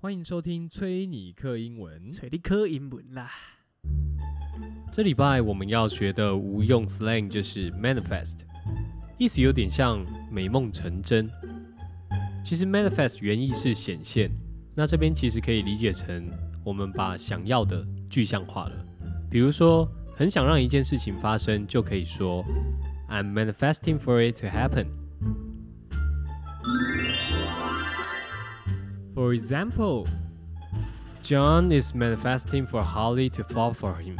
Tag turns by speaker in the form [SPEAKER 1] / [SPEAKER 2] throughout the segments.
[SPEAKER 1] 欢迎收听崔尼克英文。
[SPEAKER 2] 找你考英文啦。
[SPEAKER 1] 这礼拜我们要学的无用 slang 就是 manifest，意思有点像美梦成真。其实 manifest 原意是显现，那这边其实可以理解成我们把想要的具象化了。比如说，很想让一件事情发生，就可以说 I'm manifesting for it to happen。For example, John is manifesting for Holly to fall for him.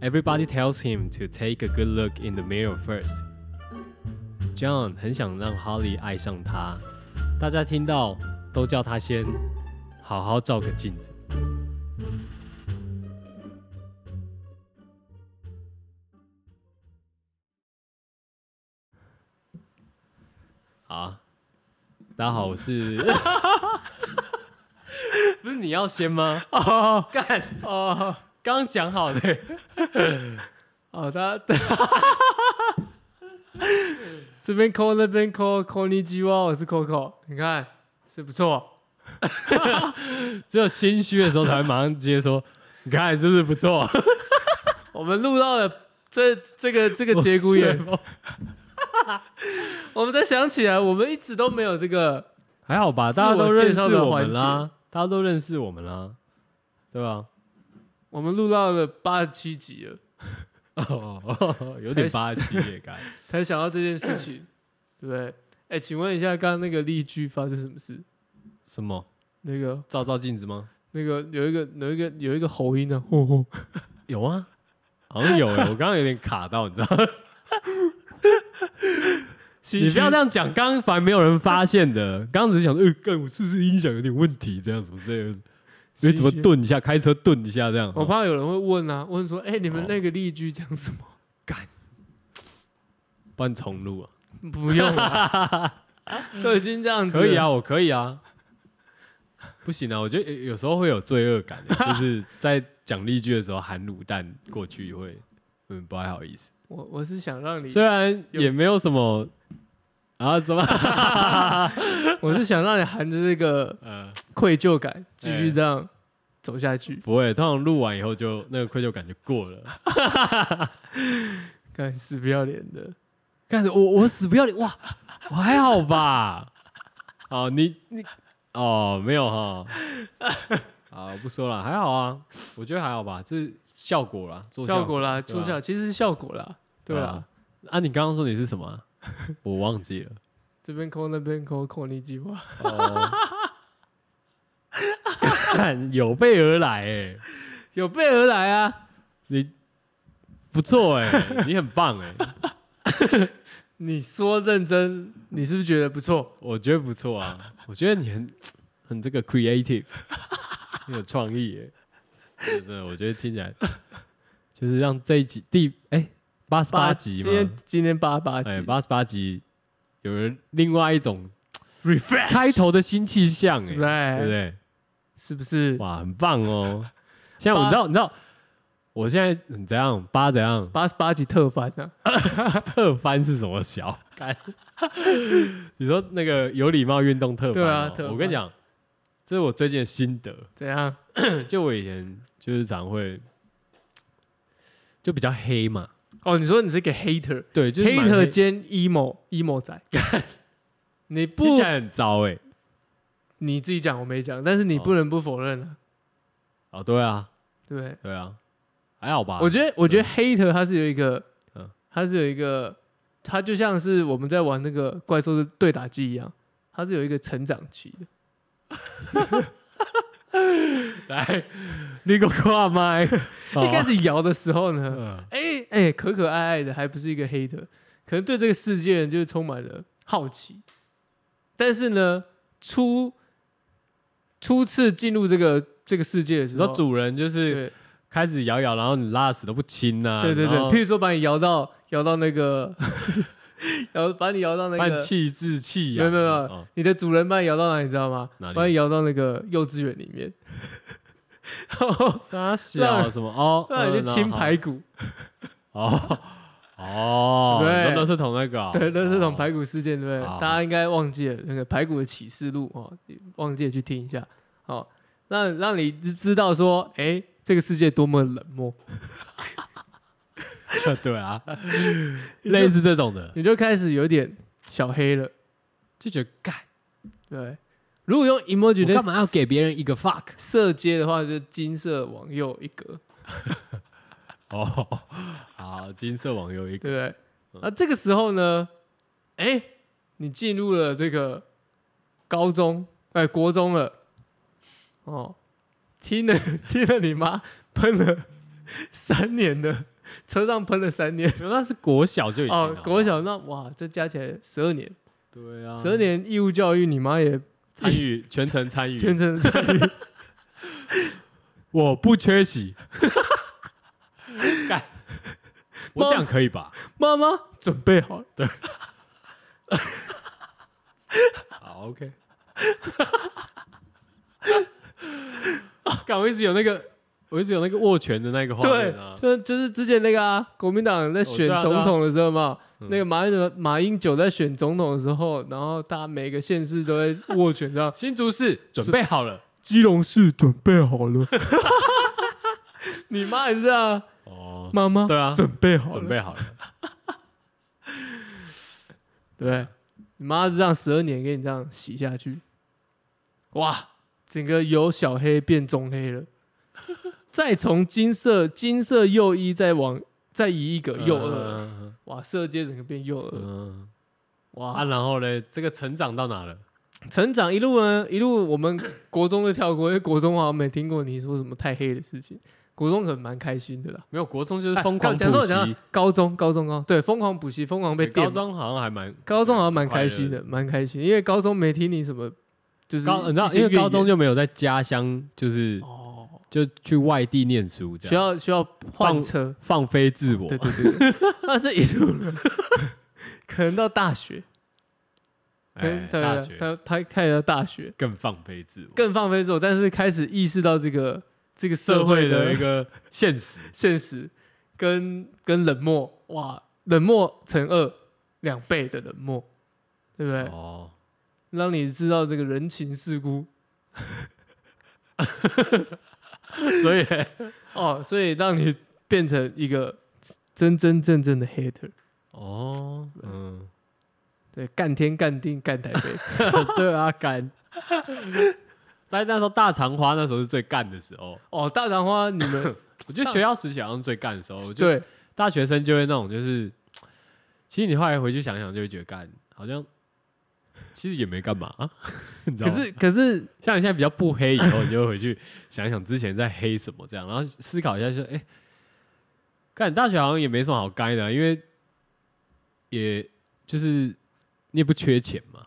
[SPEAKER 1] Everybody tells him to take a good look in the mirror first. John 很想让 Holly 爱上他，大家听到都叫他先好好照个镜子。好，大家好，我是， 不是你要先吗？
[SPEAKER 2] 哦
[SPEAKER 1] 干，
[SPEAKER 2] 哦
[SPEAKER 1] 刚刚讲好的。
[SPEAKER 2] 哦， 他这边 call 那边 call call 你鸡哇，我是 Coco，你看是不错。
[SPEAKER 1] 只有心虚的时候才会马上接说， 你看是不是不错？
[SPEAKER 2] 我们录到了这这个这个节 骨眼，我们才想起来，我们一直都没有这个。
[SPEAKER 1] 还好吧，
[SPEAKER 2] 自
[SPEAKER 1] 大家都
[SPEAKER 2] 我
[SPEAKER 1] 认
[SPEAKER 2] 介
[SPEAKER 1] 识
[SPEAKER 2] 绍的
[SPEAKER 1] 我
[SPEAKER 2] 环
[SPEAKER 1] 们
[SPEAKER 2] 节
[SPEAKER 1] 啦，大家都认识我们啦，对吧？
[SPEAKER 2] 我们录到了八十七集了，
[SPEAKER 1] 哦，有点八七也该。
[SPEAKER 2] 才想到这件事 情，对不对？哎，请问一下，刚刚那个例句发生什么事？
[SPEAKER 1] 什么？
[SPEAKER 2] 那个
[SPEAKER 1] 照照镜子吗？
[SPEAKER 2] 那个有一个有一个有一个喉音呢、啊，吼 吼
[SPEAKER 1] 有啊，好像有 欸、我刚刚有点卡到，你知道吗？
[SPEAKER 2] 心
[SPEAKER 1] 你不要
[SPEAKER 2] 虚
[SPEAKER 1] 这样讲，刚刚反而没有人发现的。刚刚只是想说，呃，干我是不是音响有点问题？这样什么这样，你怎么
[SPEAKER 2] 心虚
[SPEAKER 1] 顿一下，开车顿一下这样？
[SPEAKER 2] 我怕有人会问啊，问说：“哎、你们
[SPEAKER 1] 哦
[SPEAKER 2] 那个例句讲什么
[SPEAKER 1] 不然重录啊？？”
[SPEAKER 2] 不用了， 都已经这样子。
[SPEAKER 1] 可以啊，，我可以啊。不行啊，我觉得有有时候会有罪恶感，欸就是在讲例句的时候含卤蛋过去会，嗯，不太好意思。
[SPEAKER 2] 我我是想让你
[SPEAKER 1] 虽，然也没有什么啊什么，
[SPEAKER 2] 我是想让你含着这个
[SPEAKER 1] 呃，
[SPEAKER 2] 愧疚感继
[SPEAKER 1] 哎
[SPEAKER 2] 续这样走下去。
[SPEAKER 1] 不会，通常录完以后就那个愧疚感就过了。
[SPEAKER 2] 干死不要脸的，
[SPEAKER 1] 干什我我死不要脸哇，我还好吧？哦，你你哦没有哈，啊不说了，还好啊，我觉得还好吧，这是效果啦，做
[SPEAKER 2] 效果啦，
[SPEAKER 1] 对啊
[SPEAKER 2] 做效其实是效果啦，对
[SPEAKER 1] 对
[SPEAKER 2] 啦
[SPEAKER 1] 啊。啊，你刚刚说你是什么啊、 我忘记了。
[SPEAKER 2] 这边抠那边抠，抠你计划。
[SPEAKER 1] 哦，看有备而来哎、
[SPEAKER 2] 有备而来啊！
[SPEAKER 1] 你不错哎、你很棒哎、
[SPEAKER 2] 你说认真，你是不是觉得不错？
[SPEAKER 1] 我觉得不错啊，我觉得你很很这个 creative，很有创意哎、真的，我觉得听起来就是让这一集第哎八十八集
[SPEAKER 2] 今天
[SPEAKER 1] 嘛，
[SPEAKER 2] 今天八八集
[SPEAKER 1] 哎八十八集有人另外一种
[SPEAKER 2] ，refresh
[SPEAKER 1] 开头的新气象哎、
[SPEAKER 2] 对
[SPEAKER 1] 对不
[SPEAKER 2] 不对？
[SPEAKER 1] 对？
[SPEAKER 2] 是不是
[SPEAKER 1] 哇，很棒哦！现在我知道，你知道，我现在很怎样八怎样
[SPEAKER 2] 八十八集特番啊？
[SPEAKER 1] 特翻是什么小？干 你说那个有礼貌运动特翻、哦，
[SPEAKER 2] 对啊特翻
[SPEAKER 1] 我跟你讲，这是我最近的心得。
[SPEAKER 2] 怎样？
[SPEAKER 1] 就我以前就是常会就比较黑嘛，
[SPEAKER 2] 哦，你说你是个 hater，hater
[SPEAKER 1] 对，就是蛮黑
[SPEAKER 2] 兼 emo emo 仔，你
[SPEAKER 1] 听
[SPEAKER 2] 不
[SPEAKER 1] 起来很糟哎、
[SPEAKER 2] 你自己讲我没讲，但是你
[SPEAKER 1] 哦
[SPEAKER 2] 不能不否认啊，
[SPEAKER 1] 哦，对啊，
[SPEAKER 2] 对不对？
[SPEAKER 1] 对啊，还好吧？
[SPEAKER 2] 我觉得我觉得 hater 它是有一个
[SPEAKER 1] 嗯，
[SPEAKER 2] 它是有一个，它就像是我们在玩那个怪兽的对打机一样，它是有一个成长期的。
[SPEAKER 1] 来，你给我挂麦。 哦
[SPEAKER 2] 一开始摇的时候 呢，
[SPEAKER 1] 嗯，
[SPEAKER 2] 哎哎，可可爱爱的，还不是一个 hater，可能对这个世界就是充满了好奇，但是呢，初初次进入这个这个世界的
[SPEAKER 1] 你
[SPEAKER 2] 时
[SPEAKER 1] 说
[SPEAKER 2] 候，
[SPEAKER 1] 主人就是
[SPEAKER 2] 对
[SPEAKER 1] 开始摇摇，然后你拉屎都不清呐、啊，
[SPEAKER 2] 对对对
[SPEAKER 1] 然，后
[SPEAKER 2] 譬如说把你摇到摇到那个， 摇把你摇到
[SPEAKER 1] 把
[SPEAKER 2] 那
[SPEAKER 1] 你
[SPEAKER 2] 个，
[SPEAKER 1] 气质气呀，
[SPEAKER 2] 没有没有没有
[SPEAKER 1] 哦
[SPEAKER 2] 你的主人把你摇到哪里，你知道吗
[SPEAKER 1] 哪里？
[SPEAKER 2] 把你摇到那个幼稚园里面，然后
[SPEAKER 1] 傻哦小什么哦，
[SPEAKER 2] 那你就清排骨，
[SPEAKER 1] 嗯哦哦，
[SPEAKER 2] 对
[SPEAKER 1] 你说垃圾桶那个哦，
[SPEAKER 2] 对，那是这
[SPEAKER 1] 哦
[SPEAKER 2] 种排骨事件，对不对
[SPEAKER 1] 好？
[SPEAKER 2] 大家应该忘记了那个排骨的启示录哦，忘记了去听一下。哦，让让你知道说，哎，这个世界多么冷漠，
[SPEAKER 1] 对 啊，类似这种的，
[SPEAKER 2] 你就开始有点小黑了。
[SPEAKER 1] 就觉得干，
[SPEAKER 2] 对，如果用 emoji
[SPEAKER 1] 我
[SPEAKER 2] 的
[SPEAKER 1] 干嘛要给别人一个 fuck？
[SPEAKER 2] 色阶的话，就金色往右一格，
[SPEAKER 1] 哦，好，金色网友一个，
[SPEAKER 2] 对不对？啊，这个时候呢，哎，你进入了这个高中，哎，国中了，哦，听了 听了你妈喷了三年的，车上喷了三年，
[SPEAKER 1] 那是国小就已经啊
[SPEAKER 2] 哦
[SPEAKER 1] 了，
[SPEAKER 2] 国小那哇，这加起来十二年，
[SPEAKER 1] 对啊，
[SPEAKER 2] 十二年义务教育，你妈也
[SPEAKER 1] 参与全程参
[SPEAKER 2] 全
[SPEAKER 1] 与，
[SPEAKER 2] 程参与，
[SPEAKER 1] 我不缺 席。干，我这样可以吧？
[SPEAKER 2] 妈妈准备好了，
[SPEAKER 1] 好，OK。干，我一直有那个，我一直有那个握拳的那个画
[SPEAKER 2] 对
[SPEAKER 1] 面啊，。
[SPEAKER 2] 就就是之前那个啊，国民党在选
[SPEAKER 1] 哦对啊对啊
[SPEAKER 2] 总统的时候嘛，
[SPEAKER 1] 嗯
[SPEAKER 2] 那个马英马英九在选总统的时候，然后大家每个县市都在握拳，这样
[SPEAKER 1] 新竹市准备好了
[SPEAKER 2] 基隆市准备好了， 你妈也是啊，
[SPEAKER 1] 哦，
[SPEAKER 2] 妈妈
[SPEAKER 1] 对啊，
[SPEAKER 2] 准备好了，
[SPEAKER 1] 准备好了，
[SPEAKER 2] 对，你妈是这样十二年给你这样洗下去，哇，整个由小黑变棕黑 了，再从金色金色右一再往再移一个右二，
[SPEAKER 1] 嗯
[SPEAKER 2] 哇，色阶整个变右二，
[SPEAKER 1] 嗯
[SPEAKER 2] 哇，
[SPEAKER 1] 啊，然后嘞，这个成长到哪了？
[SPEAKER 2] 成长一路呢，一路我们国中就跳过，因为国中好像没听过你说什么太黑的事情。国中可能蛮开心的啦，
[SPEAKER 1] 没有，国中就是
[SPEAKER 2] 哎
[SPEAKER 1] 疯狂
[SPEAKER 2] 讲错
[SPEAKER 1] 补
[SPEAKER 2] 了讲
[SPEAKER 1] 习
[SPEAKER 2] 错了，高中高中高对疯狂补习，疯狂被
[SPEAKER 1] 对
[SPEAKER 2] 电
[SPEAKER 1] 高。中好像还蛮
[SPEAKER 2] 高中好像蛮开心
[SPEAKER 1] 的。
[SPEAKER 2] 的，蛮开心，因为高中没听你什么，就是
[SPEAKER 1] 高，你知
[SPEAKER 2] 一
[SPEAKER 1] 道，
[SPEAKER 2] 些
[SPEAKER 1] 因为
[SPEAKER 2] 怨
[SPEAKER 1] 高中
[SPEAKER 2] 言
[SPEAKER 1] 就没有在家乡，就是
[SPEAKER 2] 哦，
[SPEAKER 1] 就去外地念书，这
[SPEAKER 2] 需
[SPEAKER 1] 样
[SPEAKER 2] 要需要换车，
[SPEAKER 1] 放飞自我
[SPEAKER 2] 对。对对对， 那这一路呢可能到大 学，可
[SPEAKER 1] 哎
[SPEAKER 2] 能，对
[SPEAKER 1] 大
[SPEAKER 2] 对
[SPEAKER 1] 学
[SPEAKER 2] 对他他开始到大学
[SPEAKER 1] 更放飞自我，
[SPEAKER 2] 更放飞自我，但是开始意识到这个这个
[SPEAKER 1] 社
[SPEAKER 2] 社
[SPEAKER 1] 会
[SPEAKER 2] 会
[SPEAKER 1] 的
[SPEAKER 2] 的
[SPEAKER 1] 一个现实。
[SPEAKER 2] 现实跟跟冷漠，哇，冷漠乘二两倍的冷漠，对不对？
[SPEAKER 1] 哦，
[SPEAKER 2] 让你知道这个人情世故
[SPEAKER 1] 所以
[SPEAKER 2] 哦，所以让你变成一个真真正正的 hater，
[SPEAKER 1] 哦，嗯，
[SPEAKER 2] 对，干天干地干台 北，
[SPEAKER 1] 对啊，干。但那时候大长花那时候是最干的时候，
[SPEAKER 2] 哦，大长花你们
[SPEAKER 1] 我觉得学校时期好像最干的时候。我觉得
[SPEAKER 2] 对
[SPEAKER 1] 大学生就会那种就是，其实你后来回去想想就会觉得干好像其实也没干嘛，啊 你知道
[SPEAKER 2] 可
[SPEAKER 1] 吗？
[SPEAKER 2] 是 可是
[SPEAKER 1] 像你现在比较不黑，以后你就会回去想一想之前在黑什么，这样，然后思考一下说，哎、干大学好像也没什么好该的啊、因为也就是你也不缺钱嘛。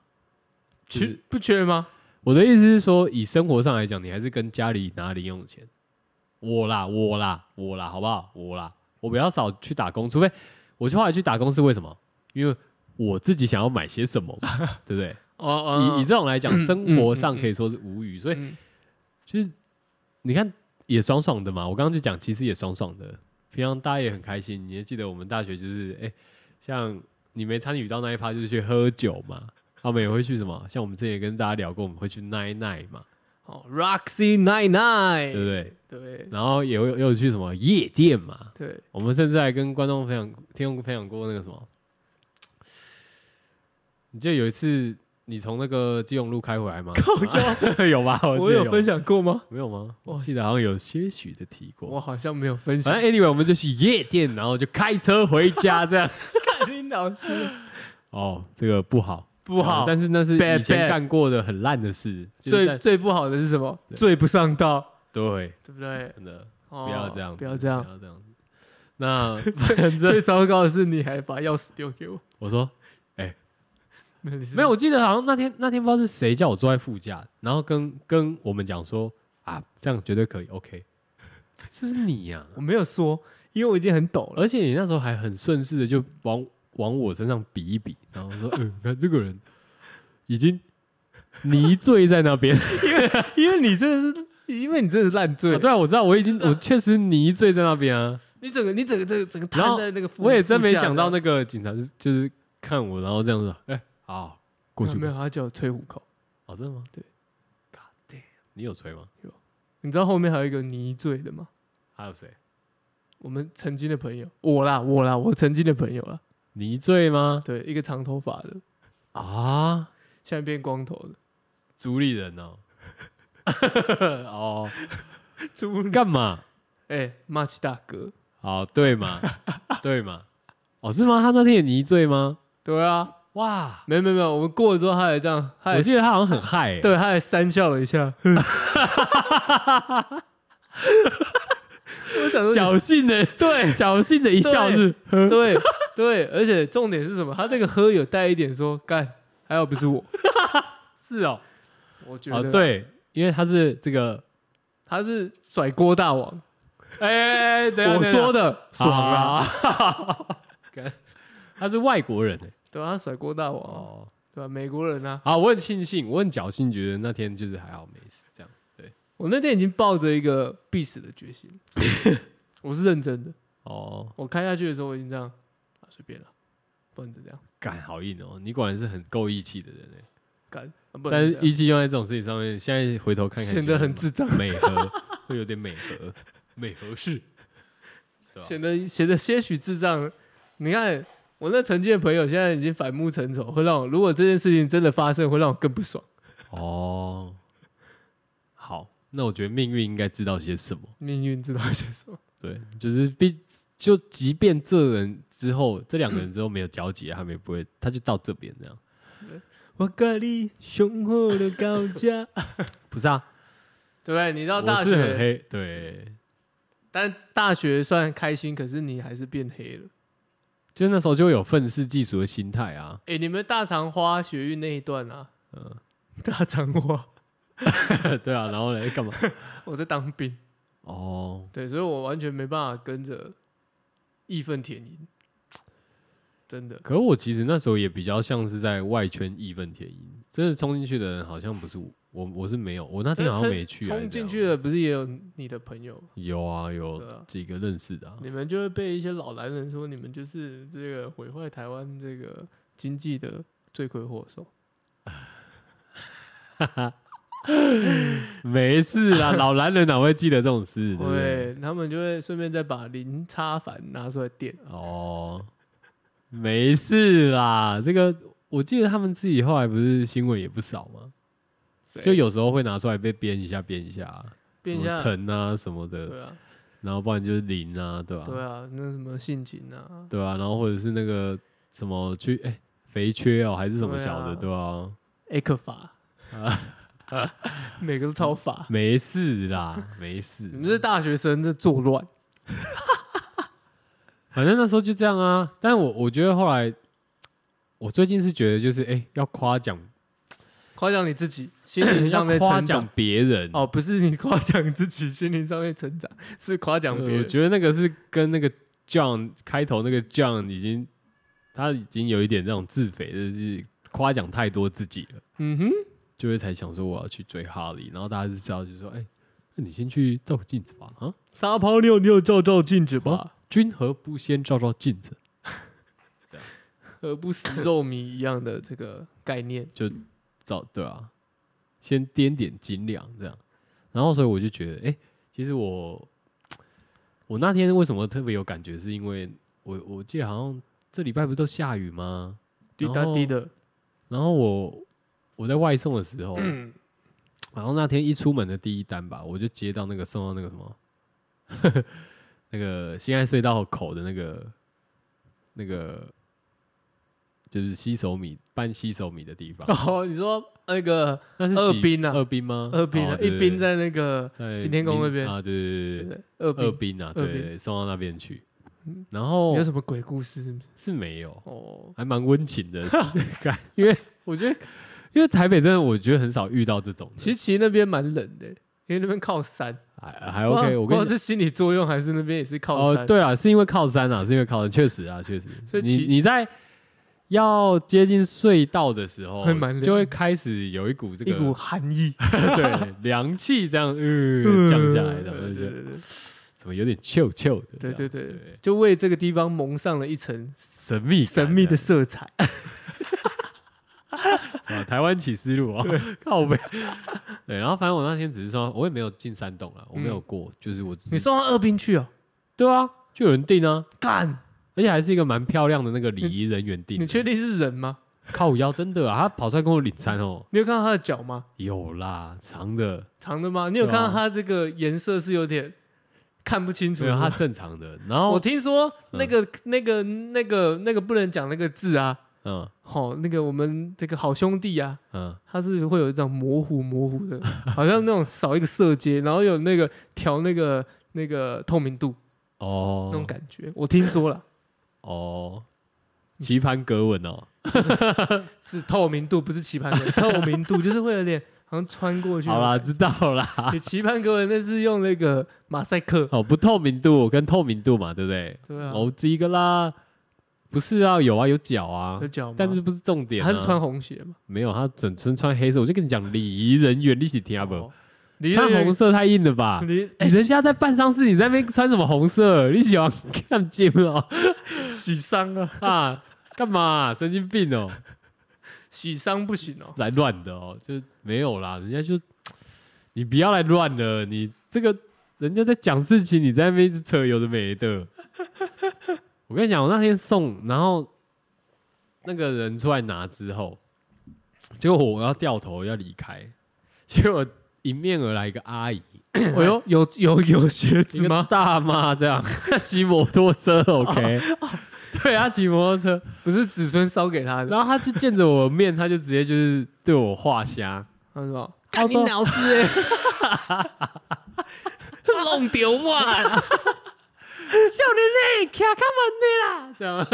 [SPEAKER 1] 就
[SPEAKER 2] 缺
[SPEAKER 1] 是
[SPEAKER 2] 不缺吗？
[SPEAKER 1] 我的意思是说，以生活上来讲，你还是跟家里拿零用钱。我啦，我啦，我啦，好不好？我啦，我比较少去打工，除非我去后来去打工是为什么？因为我自己想要买些什么嘛，对不对？
[SPEAKER 2] 哦哦，
[SPEAKER 1] 以以这种来讲，生活上
[SPEAKER 2] 嗯嗯
[SPEAKER 1] 可以说是无语，所以
[SPEAKER 2] 嗯
[SPEAKER 1] 就是你看也爽爽的嘛。我刚刚就讲，其实也爽爽的，平常大家也很开心。你还记得我们大学就是，哎、像你没参与到那一趴，就是去喝酒嘛。他们也会去什么？像我们之前也跟大家聊过，我们会去奈奈嘛，
[SPEAKER 2] 哦，Roxy
[SPEAKER 1] 对不
[SPEAKER 2] Nine Nine，
[SPEAKER 1] 对？
[SPEAKER 2] 对
[SPEAKER 1] 然后也会也有去什么夜店嘛。
[SPEAKER 2] 对，
[SPEAKER 1] 我们甚至还跟观众分享、听众分享过那个什么。你记得有一次你从那个基隆路开回来 吗？ 有吧？我记
[SPEAKER 2] 我
[SPEAKER 1] 得
[SPEAKER 2] 有分享过吗？
[SPEAKER 1] 没有吗？
[SPEAKER 2] 我
[SPEAKER 1] 我记得好像有些许的提
[SPEAKER 2] 我
[SPEAKER 1] 过。
[SPEAKER 2] 好像没有分享
[SPEAKER 1] 反。正 anyway，我们就去夜店，然后就开车回 家这样。
[SPEAKER 2] 看林老师
[SPEAKER 1] 哦，这个不好，呃
[SPEAKER 2] 不好，
[SPEAKER 1] 但是那是
[SPEAKER 2] Bad,
[SPEAKER 1] 以前
[SPEAKER 2] bad
[SPEAKER 1] 干过的很烂的事。就是
[SPEAKER 2] 最
[SPEAKER 1] 在
[SPEAKER 2] 最不好的是什么？
[SPEAKER 1] 对
[SPEAKER 2] 最不上道，
[SPEAKER 1] 对，
[SPEAKER 2] 对不对？
[SPEAKER 1] 真的
[SPEAKER 2] 哦
[SPEAKER 1] 不要这样子，
[SPEAKER 2] 不要这样
[SPEAKER 1] 不。要这样子。 那反正
[SPEAKER 2] 最糟糕的是，你还把钥匙丢给我。
[SPEAKER 1] 我说
[SPEAKER 2] 那你是
[SPEAKER 1] 没有，我记得好像那天那天不知道是谁叫我坐在副驾，然后跟跟我们讲说啊，这样绝对可以，OK。是不是你啊呀、
[SPEAKER 2] 我没有说，因为我已经很抖了。
[SPEAKER 1] 而且你那时候还很顺势的就往往我身上比一比，然后 说：“嗯、你看这个人已经泥醉在那 边。
[SPEAKER 2] 因为你真的是，因为你真的是烂醉，
[SPEAKER 1] 啊对啊，我知道，我 已经我确实泥醉在那边啊。
[SPEAKER 2] 你整个你整个这个整个
[SPEAKER 1] 然
[SPEAKER 2] 瘫
[SPEAKER 1] 后
[SPEAKER 2] 在那个副，
[SPEAKER 1] 我也真没
[SPEAKER 2] 副驾
[SPEAKER 1] 想到
[SPEAKER 2] 的
[SPEAKER 1] 那个警察是就是看我，然后这样说：‘哎、好，过去
[SPEAKER 2] 没有，
[SPEAKER 1] 吧。
[SPEAKER 2] 他叫我吹虎口。’
[SPEAKER 1] 哦，真的吗？
[SPEAKER 2] 对
[SPEAKER 1] God damn，你有吹吗？
[SPEAKER 2] 你知道后面还有一个泥醉的吗？
[SPEAKER 1] 还有谁？
[SPEAKER 2] 我们曾经的朋友，我啦，我啦，我曾经的朋友啦，
[SPEAKER 1] 泥醉吗？
[SPEAKER 2] 对，一个长头发的，
[SPEAKER 1] 啊，
[SPEAKER 2] 现在变光头的，
[SPEAKER 1] 主理人 哦。哦，
[SPEAKER 2] 猪，
[SPEAKER 1] 干嘛？
[SPEAKER 2] 哎，马奇大哥，
[SPEAKER 1] 哦，对 嘛，对嘛。哦，是吗？他那天也泥醉吗？
[SPEAKER 2] 对啊，
[SPEAKER 1] 哇，
[SPEAKER 2] 没有没有没有，我们过了之后，他还这样，他
[SPEAKER 1] 我
[SPEAKER 2] 还
[SPEAKER 1] 记得他好像很嗨、欸。
[SPEAKER 2] 对，他还三笑了一下， 我想说，嗯
[SPEAKER 1] 侥幸 的，对，侥幸的一笑是，呵
[SPEAKER 2] 对对，而且重点是什么？他这个喝有带一点说干，还好不是我，
[SPEAKER 1] 是哦，
[SPEAKER 2] 我觉
[SPEAKER 1] 哦
[SPEAKER 2] 得
[SPEAKER 1] 对，因为他是这个，
[SPEAKER 2] 他是甩锅大王，
[SPEAKER 1] 哎哎、哎等一下
[SPEAKER 2] 我
[SPEAKER 1] 等一下
[SPEAKER 2] 说的啊爽啊，
[SPEAKER 1] 啊，干他是外国人哎、
[SPEAKER 2] 对啊，他甩锅大王，
[SPEAKER 1] 哦，
[SPEAKER 2] 对吧？美国人啊，
[SPEAKER 1] 好，我很庆幸，我很侥幸，觉得那天就是还好没事这样。
[SPEAKER 2] 我那天已经抱着一个必死的决心， 我是认真的。
[SPEAKER 1] 哦，
[SPEAKER 2] 我看下去的时候，我已经这样，啊，随便了，不能这样
[SPEAKER 1] 干好硬哦，你果然是很够义气的人哎、
[SPEAKER 2] 干，啊不
[SPEAKER 1] 但
[SPEAKER 2] 能
[SPEAKER 1] 是
[SPEAKER 2] 这样
[SPEAKER 1] 义气用在这种事情上面，现在回头看看
[SPEAKER 2] 显得很智障，
[SPEAKER 1] 美和，会有点美和，美和是，对吧？
[SPEAKER 2] 显得显得些许智障。你看我那曾经的朋友，现在已经反目成仇，会让我如果这件事情真的发生，会让我更不爽。
[SPEAKER 1] 哦，好，那我觉得命运应该知道些什么。
[SPEAKER 2] 命运知道些什么？
[SPEAKER 1] 对，就是必就即便这人之后，这两个人之后没有交集，他们也不会，他就到这边这样。
[SPEAKER 2] 我跟你雄厚的高架，
[SPEAKER 1] 不是啊，
[SPEAKER 2] 对不对？你到
[SPEAKER 1] 我
[SPEAKER 2] 大
[SPEAKER 1] 是很
[SPEAKER 2] 学，
[SPEAKER 1] 黑，对，
[SPEAKER 2] 但大学算开心，可是你还是变黑了。
[SPEAKER 1] 就那时候就有愤世嫉俗的心态啊。
[SPEAKER 2] 哎，你们大肠花学运那一段啊，
[SPEAKER 1] 嗯，
[SPEAKER 2] 大肠花，
[SPEAKER 1] 对啊，然后嘞干嘛？
[SPEAKER 2] 我在当兵。
[SPEAKER 1] 哦，
[SPEAKER 2] 对，所以我完全没办法跟着义愤填膺，真的。
[SPEAKER 1] 可我其实那时候也比较像是在外圈义愤填膺，真的冲进去的人好像不是我，我我是没有，我那天好像没去、啊，
[SPEAKER 2] 冲进去
[SPEAKER 1] 的
[SPEAKER 2] 的不是也有你的朋友，
[SPEAKER 1] 有啊，有
[SPEAKER 2] 对啊
[SPEAKER 1] 几个认识的、啊，
[SPEAKER 2] 你们就会被一些老男人说你们就是这个毁坏台湾这个经济的罪魁祸首。
[SPEAKER 1] 没事啦，老男人哪会记得这种事？对不对？
[SPEAKER 2] 对，他们就会顺便再把零差反拿出来垫。
[SPEAKER 1] 哦，没事啦，这个我记得他们自己后来不是新闻也不少吗？就有时候会拿出来被编一下，编一下啊，
[SPEAKER 2] 变
[SPEAKER 1] 什么
[SPEAKER 2] 相
[SPEAKER 1] 陈啊什么的，
[SPEAKER 2] 对啊，
[SPEAKER 1] 然后不然就是林啊，对吧、
[SPEAKER 2] 对啊，那什么性情啊，
[SPEAKER 1] 对啊，然后或者是那个什么去哎、肥缺哦，还是什么小的，对啊
[SPEAKER 2] 对啊
[SPEAKER 1] 吧、
[SPEAKER 2] 艾 克法，每个都超法。
[SPEAKER 1] 没事啦，没事
[SPEAKER 2] 你，们这大学生在作乱，
[SPEAKER 1] 反正那时候就这样啊。但我我觉得后来，我最近是觉得就是哎、要夸奖，
[SPEAKER 2] 夸奖你自己，心灵上
[SPEAKER 1] 要
[SPEAKER 2] 面
[SPEAKER 1] 夸
[SPEAKER 2] 成长
[SPEAKER 1] 奖。别人
[SPEAKER 2] 哦，不是你夸奖自己心灵上面成长，是夸奖别
[SPEAKER 1] 呃我
[SPEAKER 2] 人。
[SPEAKER 1] 觉得那个是跟那个 John 开头那个 John 已经，他已经有一点那种自肥的，就是夸奖太多自己了，
[SPEAKER 2] 嗯哼，
[SPEAKER 1] 就会才想说我要去追哈利，然后大家就知道就说，哎、那你先去照个镜子吧，啊，
[SPEAKER 2] 撒泡尿尿照照镜子吧，
[SPEAKER 1] 君何哦不先照照镜子？
[SPEAKER 2] 何不食肉糜一样的这个概念？
[SPEAKER 1] 照对啊，先掂点斤两这样，然后所以我就觉得，哎、其实我我那天为什么特别有感觉，是因为我我记得好像这礼拜不是都下雨吗？
[SPEAKER 2] 滴答滴的，
[SPEAKER 1] 然后我我在外送的时候，
[SPEAKER 2] 嗯
[SPEAKER 1] 然后那天一出门的第一单吧，我就接到那个送到那个什么， 那个新爱隧道口的那个那个就是吸手米办吸手米的地方，
[SPEAKER 2] 哦，你说那个
[SPEAKER 1] 那是
[SPEAKER 2] 二
[SPEAKER 1] 几
[SPEAKER 2] 兵啊
[SPEAKER 1] 二兵吗？
[SPEAKER 2] 二兵
[SPEAKER 1] 哦
[SPEAKER 2] 啊，
[SPEAKER 1] 对
[SPEAKER 2] 一兵在那个
[SPEAKER 1] 在
[SPEAKER 2] 行天宫那边
[SPEAKER 1] 民啊，对对对对，
[SPEAKER 2] 二
[SPEAKER 1] 二
[SPEAKER 2] 兵，
[SPEAKER 1] 兵啊，
[SPEAKER 2] 二
[SPEAKER 1] 对
[SPEAKER 2] 兵
[SPEAKER 1] 对对，送到那边去
[SPEAKER 2] 嗯，
[SPEAKER 1] 然
[SPEAKER 2] 你
[SPEAKER 1] 后
[SPEAKER 2] 有什么鬼故事？是不是？
[SPEAKER 1] 是没有，
[SPEAKER 2] 哦，
[SPEAKER 1] 还蛮温情的，是 感因为我觉得。因为台北真的，我觉得很少遇到这种的。
[SPEAKER 2] 其实其实那边蛮冷的，因为那边靠山。
[SPEAKER 1] 还还
[SPEAKER 2] 不知道
[SPEAKER 1] OK，我跟你
[SPEAKER 2] 不知道
[SPEAKER 1] 讲
[SPEAKER 2] 是心理作用还是那边也是靠
[SPEAKER 1] 哦，
[SPEAKER 2] 山。
[SPEAKER 1] 对啊，是因为靠山啊，是因为靠山，确实啊，确实
[SPEAKER 2] 所。以
[SPEAKER 1] 你
[SPEAKER 2] 其
[SPEAKER 1] 你在要接近隧道的时候
[SPEAKER 2] 会蛮，凉
[SPEAKER 1] 就会开始有一股这个
[SPEAKER 2] 一股 寒意
[SPEAKER 1] 对凉气这样呃降下来，然后就
[SPEAKER 2] 嗯对
[SPEAKER 1] 觉
[SPEAKER 2] 对
[SPEAKER 1] 得
[SPEAKER 2] 对对
[SPEAKER 1] 怎么有点臭臭的这
[SPEAKER 2] 对
[SPEAKER 1] 样，
[SPEAKER 2] 对对，就为这个地方蒙上了一层
[SPEAKER 1] 神秘感啊
[SPEAKER 2] 神秘的
[SPEAKER 1] 这
[SPEAKER 2] 色彩。
[SPEAKER 1] 样什么台湾启示录啊，靠背。对，然后反正我那天只是说，我也没有进山洞了，我没有过，就是我只
[SPEAKER 2] 嗯你
[SPEAKER 1] 是
[SPEAKER 2] 送到二兵去哦，
[SPEAKER 1] 对啊，就有人订啊，
[SPEAKER 2] 干，
[SPEAKER 1] 而且还是一个蛮漂亮的那个礼仪人员订的。
[SPEAKER 2] 你确定是人吗？
[SPEAKER 1] 靠腰真的啊，他跑出来跟我领餐哦，
[SPEAKER 2] 你有看到他的脚吗？
[SPEAKER 1] 有啦，长的，
[SPEAKER 2] 长的吗？你有
[SPEAKER 1] 对
[SPEAKER 2] 看
[SPEAKER 1] 啊
[SPEAKER 2] 到他这个颜色是有点看不清楚
[SPEAKER 1] 没有
[SPEAKER 2] 吗？
[SPEAKER 1] 他正常的。然
[SPEAKER 2] 我
[SPEAKER 1] 后
[SPEAKER 2] 听说那个、那个、那个、那个不能讲那个字啊，
[SPEAKER 1] 嗯
[SPEAKER 2] 哦，那个我们这个好兄弟啊，
[SPEAKER 1] 嗯，
[SPEAKER 2] 他是会有一种模糊模糊 的，好像那种少一个色阶，然后有那个调那个那个透明度那种
[SPEAKER 1] 哦
[SPEAKER 2] 感觉。我听 说了，
[SPEAKER 1] 哦，棋盘格纹哦，
[SPEAKER 2] 是透明度，不是棋盘 格，透明度就是会有点好像穿过去。啊
[SPEAKER 1] 好啦，，知道啦。
[SPEAKER 2] 你棋盘格那是用那个马赛克，
[SPEAKER 1] 哦，不透明度跟透明度嘛，对不对？
[SPEAKER 2] 对啊，
[SPEAKER 1] 哦，这一个啦，不是啊，有啊，有脚啊
[SPEAKER 2] 有，脚吗？
[SPEAKER 1] 但是不是重点、啊。
[SPEAKER 2] 他是穿红鞋嘛？
[SPEAKER 1] 没有，他整身穿黑色。我就跟你讲，礼仪人员你一起听啊不？
[SPEAKER 2] 哦，你
[SPEAKER 1] 穿红色
[SPEAKER 2] 色，
[SPEAKER 1] 太硬了 吧？
[SPEAKER 2] 你
[SPEAKER 1] 你人家在办丧事，你在那边穿什么红色？你喜欢看金哦
[SPEAKER 2] 喜丧啊，
[SPEAKER 1] 啊？干嘛啊、神经病哦，
[SPEAKER 2] 喜丧不行 哦。
[SPEAKER 1] 来乱的哦，就没有啦。人家就你不要来乱了，你这个人家在讲事情，你在那边一直扯有的没的。我跟你讲，我那天送，然后那个人出来拿之后，结果我要掉头要离开，结果迎面而来一个阿姨，
[SPEAKER 2] 哎呦，有有有鞋
[SPEAKER 1] 一
[SPEAKER 2] 子
[SPEAKER 1] 个
[SPEAKER 2] 吗？
[SPEAKER 1] 大妈这样骑摩托车，OK，对，她骑摩托车，
[SPEAKER 2] 不是子孙烧给他的，
[SPEAKER 1] 然后她就见着我面，她就直接就是对我画虾，
[SPEAKER 2] 他说：“
[SPEAKER 1] 他
[SPEAKER 2] 干你
[SPEAKER 1] 说
[SPEAKER 2] 老师 欸，弄丢我啦，
[SPEAKER 1] 笑人嘞，卡卡门的啦，这样，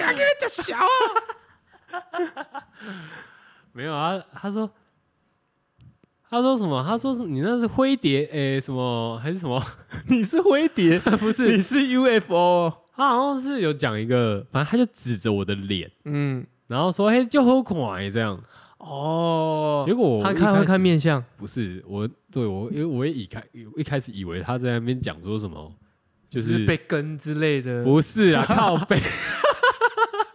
[SPEAKER 2] 赶紧吃小啊
[SPEAKER 1] 没有啊，她说。她说什么？她说是你那是灰蝶，诶、什么还是什么？！”
[SPEAKER 2] 你是灰蝶，
[SPEAKER 1] 不
[SPEAKER 2] 你
[SPEAKER 1] 是，
[SPEAKER 2] 是 UFO 哦。
[SPEAKER 1] 她好像是有讲一个，反正她就指着我的脸，
[SPEAKER 2] 嗯，
[SPEAKER 1] 然后说：“嘿，就好款欸这样。
[SPEAKER 2] 哦
[SPEAKER 1] 结，果我
[SPEAKER 2] 他
[SPEAKER 1] 一
[SPEAKER 2] 看
[SPEAKER 1] 开
[SPEAKER 2] 会
[SPEAKER 1] 始
[SPEAKER 2] 看面相，
[SPEAKER 1] 不是我，对我，因为我也一开一开始以为他在那边讲说什么，就
[SPEAKER 2] 就是是被跟之类的。
[SPEAKER 1] 不是啊，靠背，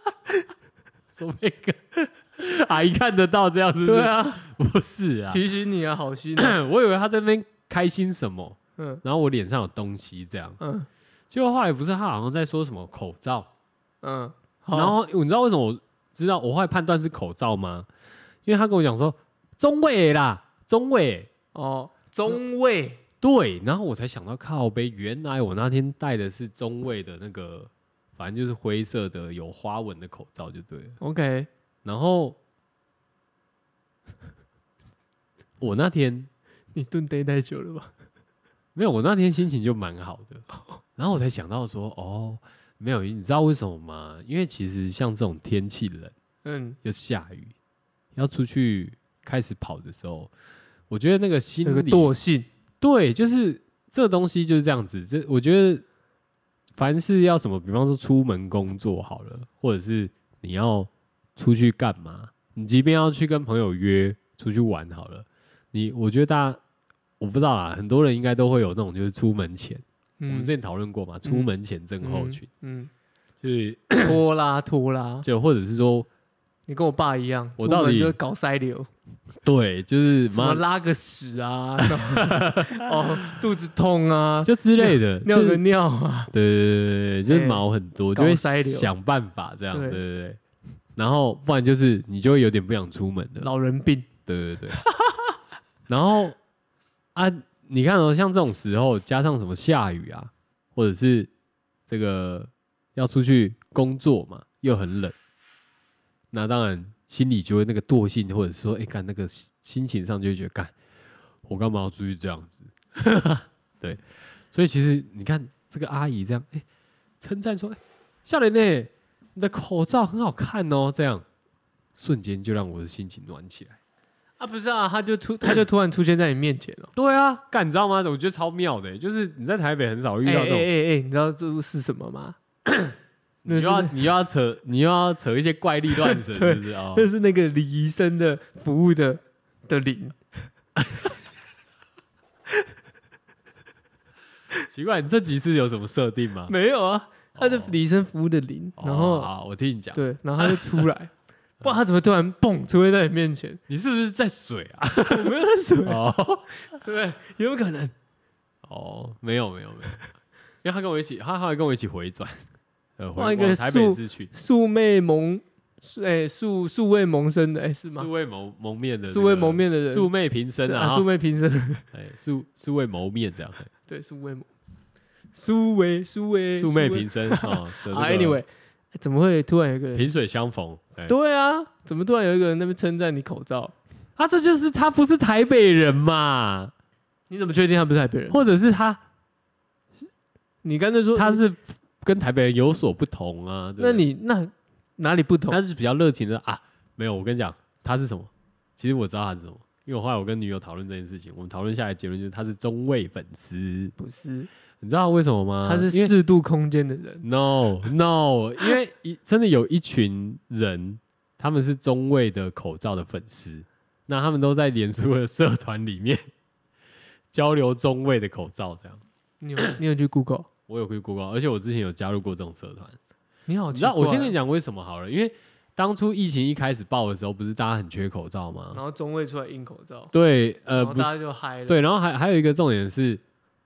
[SPEAKER 1] 什么个 阿姨看得到这样子？
[SPEAKER 2] 对，啊，
[SPEAKER 1] 不是啊，
[SPEAKER 2] 提醒你啊，好心啊。
[SPEAKER 1] 我以为他在那边开心什么，
[SPEAKER 2] 嗯
[SPEAKER 1] 然后我脸上有东西这样，
[SPEAKER 2] 嗯
[SPEAKER 1] 结果后来不是他好像在说什么口罩，
[SPEAKER 2] 嗯，好
[SPEAKER 1] 然后你知道为什么我知道我后来判断是口罩吗？因为他跟我讲说中卫啦，中卫。
[SPEAKER 2] 哦，中尉
[SPEAKER 1] 对，然后我才想到靠背，原来我那天戴的是中卫的那个，反正就是灰色的有花纹的口罩就对了。
[SPEAKER 2] ，OK，
[SPEAKER 1] 然后 我那天
[SPEAKER 2] 你蹲呆太久了吧？
[SPEAKER 1] 没有，我那天心情就蛮好的，然后我才想到说，哦，没有，你知道为什么吗？因为其实像这种天气冷
[SPEAKER 2] 嗯，
[SPEAKER 1] 又下雨，要出去开始跑的时候，我觉得那个心
[SPEAKER 2] 有个
[SPEAKER 1] 里
[SPEAKER 2] 惰性。
[SPEAKER 1] 对，就是这东西就是这样子。这我觉得，凡是要什么，比方说出门工作好了，或者是你要出去干嘛，你即便要去跟朋友约出去玩好了，你我觉得大家我不知道啦，很多人应该都会有那种就是出门前，我们
[SPEAKER 2] 嗯
[SPEAKER 1] 之前讨论过嘛，出门前症候群，
[SPEAKER 2] 嗯，
[SPEAKER 1] 就是
[SPEAKER 2] 拖拉拖拉，
[SPEAKER 1] 就或者是说
[SPEAKER 2] 你跟我爸一样，
[SPEAKER 1] 我
[SPEAKER 2] 出门
[SPEAKER 1] 到底
[SPEAKER 2] 就搞塞流，
[SPEAKER 1] 对，就是
[SPEAKER 2] 什么
[SPEAKER 1] 妈
[SPEAKER 2] 拉个屎 啊，然后哦肚子痛啊，
[SPEAKER 1] 就之类 的，
[SPEAKER 2] 尿
[SPEAKER 1] 就是
[SPEAKER 2] 个 尿啊，
[SPEAKER 1] 对对对对，对，就是
[SPEAKER 2] 哎
[SPEAKER 1] 毛很多，就
[SPEAKER 2] 搞
[SPEAKER 1] 会
[SPEAKER 2] 塞流
[SPEAKER 1] 想办法这样，对
[SPEAKER 2] 对
[SPEAKER 1] 对对。然后不然就是你就会有点不想出门的，
[SPEAKER 2] 老人病，
[SPEAKER 1] 对对 对。然后啊，你看哦，像这种时候加上什么下雨啊，或者是这个要出去工作嘛，又很冷，那当然心里就会那个惰性，或者是说，哎，干那个心心情上就会觉得，干我干嘛要出去这样子？ 对，所以其实你看这个阿姨这样，哎，称赞说，哎，笑脸呢，你的口罩很好看哦，这样瞬间就让我的心情暖起来。
[SPEAKER 2] 啊，不是啊，他就突他就突然出现在你面前了。哦
[SPEAKER 1] 对啊，干你知道吗？我觉得超妙的欸，就是你在台北很少遇
[SPEAKER 2] 哎
[SPEAKER 1] 到
[SPEAKER 2] 哎
[SPEAKER 1] 这种，
[SPEAKER 2] 哎哎，你知道这是什么吗？
[SPEAKER 1] 你
[SPEAKER 2] 那
[SPEAKER 1] 又要
[SPEAKER 2] 是
[SPEAKER 1] 你又要扯你又要扯一些怪力乱 神，是不是啊？
[SPEAKER 2] 那是那个李医生的服务的的铃，
[SPEAKER 1] 奇怪，你这集是有什么设定吗？
[SPEAKER 2] 没有啊，他的
[SPEAKER 1] 哦
[SPEAKER 2] 李医生服务的铃，然后
[SPEAKER 1] 啊，好我听你讲，
[SPEAKER 2] 对，然后他就出来， 不然他怎么突然蹦出现在你面前？
[SPEAKER 1] 你是不是在水啊？
[SPEAKER 2] 我没有在水，对
[SPEAKER 1] 哦
[SPEAKER 2] 不对？有可能。
[SPEAKER 1] 哦，没有没有没有，因为他跟我一起，他后来跟我一起回转，呃，回
[SPEAKER 2] 哇一个
[SPEAKER 1] 往台北
[SPEAKER 2] 素
[SPEAKER 1] 市去，
[SPEAKER 2] 素昧萌，素哎素素未萌生的哎、是吗
[SPEAKER 1] 素？未谋谋面的这个，
[SPEAKER 2] 素未谋面的人，
[SPEAKER 1] 素昧平生
[SPEAKER 2] 是
[SPEAKER 1] 啊，
[SPEAKER 2] 素昧平生。
[SPEAKER 1] 哎，素素未谋面这样，
[SPEAKER 2] 对，素未谋，素未素未
[SPEAKER 1] 素昧平生啊。的这
[SPEAKER 2] 啊
[SPEAKER 1] 个
[SPEAKER 2] ，anyway，怎么会突然有一个人？
[SPEAKER 1] 萍水相逢，哎，
[SPEAKER 2] 对啊，怎么突然有一个人在那边称赞你口罩？
[SPEAKER 1] 啊，这就是他不是台北人嘛，
[SPEAKER 2] 你怎么确定他不是台北人？
[SPEAKER 1] 或者是他
[SPEAKER 2] 你干脆说
[SPEAKER 1] 他，是跟台北人有所不同啊。对不对
[SPEAKER 2] 那你那哪里不同？
[SPEAKER 1] 他是比较热情的啊，没有，我跟你讲，他是什么？其实我知道他是什么，因为我后来我跟女友讨论这件事情，我们讨论下来结论就是他是中位粉丝，
[SPEAKER 2] 不是，
[SPEAKER 1] 你知道为什么吗？
[SPEAKER 2] 他是
[SPEAKER 1] 啊因为
[SPEAKER 2] 四度空间的人。
[SPEAKER 1] No No，因为一真的有一群人，他们是中卫的口罩的粉丝，那他们都在脸书的社团里面 交流中卫的口罩，这样。
[SPEAKER 2] 你有你有去 Google？
[SPEAKER 1] 我有去 Google，而且我之前有加入过这种社团。
[SPEAKER 2] 你好
[SPEAKER 1] 你
[SPEAKER 2] 奇
[SPEAKER 1] 知
[SPEAKER 2] 怪
[SPEAKER 1] 道
[SPEAKER 2] 啊，
[SPEAKER 1] 我先跟你讲为什么好了，因为当初疫情一开始爆的时候，不是大家很缺口罩
[SPEAKER 2] 然
[SPEAKER 1] 吗？
[SPEAKER 2] 后中卫出来印口罩，
[SPEAKER 1] 对，
[SPEAKER 2] 然
[SPEAKER 1] 嗯呃，
[SPEAKER 2] 后
[SPEAKER 1] 不是
[SPEAKER 2] 哦大家就嗨了。
[SPEAKER 1] 对，然后还还有一个重点是，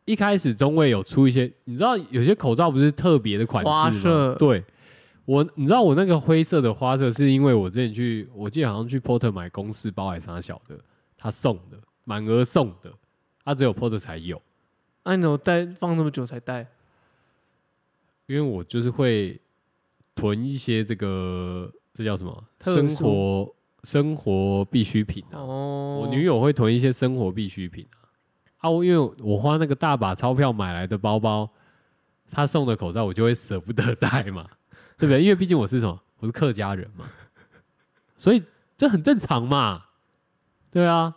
[SPEAKER 1] 一开始中卫有出一些，你知道有些口罩不是特别的款式
[SPEAKER 2] 花
[SPEAKER 1] 吗
[SPEAKER 2] 色
[SPEAKER 1] 对，我你知道我那个灰色的花色是因为我之前去，我记得好像去 Porter 买公式包还是啥小的，他送的，满额送的，他、只有 Porter 才有，
[SPEAKER 2] 啊，你怎么戴放那么久才戴？
[SPEAKER 1] 因为我就是会囤一些这个这叫什么
[SPEAKER 2] 特
[SPEAKER 1] 生
[SPEAKER 2] 殊
[SPEAKER 1] 活生活必需品啊。
[SPEAKER 2] 哦，
[SPEAKER 1] 我女友会囤一些生活必需品啊，啊，我因为我花那个大把钞票买来的包包，她送的口罩我就会舍不得戴嘛，对不对？因为毕竟我是什么，我是客家人嘛，所以这很正常嘛，对啊。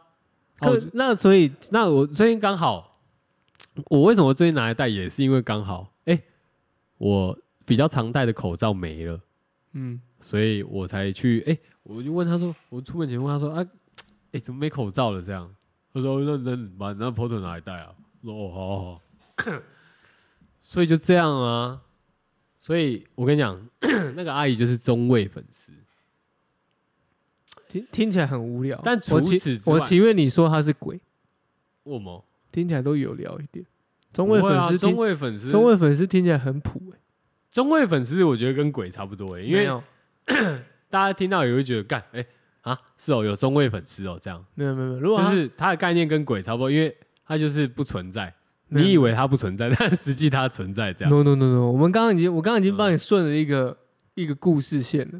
[SPEAKER 1] 啊我
[SPEAKER 2] 可那所以
[SPEAKER 1] 那我最近刚好，我为什么最近拿来戴，也是因为刚好，哎、我比较常戴的口罩没了。
[SPEAKER 2] 嗯，
[SPEAKER 1] 所以我才去，哎、我就问他说，我出门前问他说，啊，哎、怎么没口罩了？这样，他说，那那你把你那 porter 拿来戴啊。我说，哦，好好好。所以就这样啊。所以我跟你讲，那个阿姨就是中卫粉丝，
[SPEAKER 2] 听听起来很无聊。
[SPEAKER 1] 但除
[SPEAKER 2] 我情
[SPEAKER 1] 此之
[SPEAKER 2] 我
[SPEAKER 1] 外
[SPEAKER 2] 情愿你说他是鬼，
[SPEAKER 1] 我吗？
[SPEAKER 2] 听起来都有聊一点。中卫
[SPEAKER 1] 不会啊
[SPEAKER 2] 粉丝
[SPEAKER 1] 中
[SPEAKER 2] 听
[SPEAKER 1] 卫粉丝，
[SPEAKER 2] 中卫粉丝听起来很普欸
[SPEAKER 1] 中卫粉丝，我觉得跟鬼差不多、欸，因
[SPEAKER 2] 没
[SPEAKER 1] 为
[SPEAKER 2] 有
[SPEAKER 1] 大家听到也会觉得，干，哎、啊，是哦，有中卫粉丝哦，这样，
[SPEAKER 2] 没有没有没有，如果
[SPEAKER 1] 就
[SPEAKER 2] 他
[SPEAKER 1] 是它的概念跟鬼差不多，因为它就是不存在。
[SPEAKER 2] 没有
[SPEAKER 1] 你以为它不存在， 但实际它存在，这样。嗯
[SPEAKER 2] no no no no，我们刚刚已经我刚刚已经帮你顺了一个、一个故事 线了，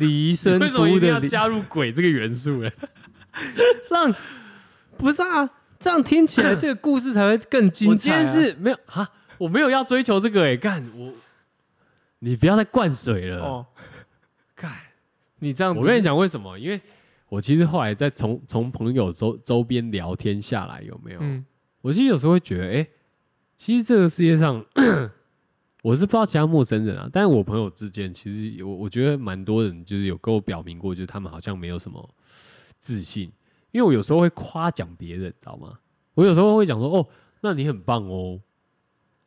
[SPEAKER 2] 李医生
[SPEAKER 1] 为什么
[SPEAKER 2] 服务
[SPEAKER 1] 一定
[SPEAKER 2] 的
[SPEAKER 1] 要
[SPEAKER 2] 李，
[SPEAKER 1] 加入鬼这个元素呢？
[SPEAKER 2] 让不是啊，这样听起 来这个故事才会更
[SPEAKER 1] 我
[SPEAKER 2] 精
[SPEAKER 1] 今
[SPEAKER 2] 彩、啊。
[SPEAKER 1] 天是没有哈，我没有要追求这个哎、干我，你不要再灌水了。
[SPEAKER 2] 哦，
[SPEAKER 1] 干
[SPEAKER 2] 你这样
[SPEAKER 1] 呃我跟你
[SPEAKER 2] 讲，
[SPEAKER 1] 讲为什么？因为我其实后来在从从朋友周周边聊天下来，有没有？
[SPEAKER 2] 嗯，
[SPEAKER 1] 我其实有时候会觉得，哎、其实这个世界上， 我是不知道其他陌生人啊，但是我朋友之间，其实有我觉得蛮多人就是有跟我表明过，就是他们好像没有什么自信，因为我有时候会夸奖别人，知道吗？我有时候会讲说，哦，那你很棒哦，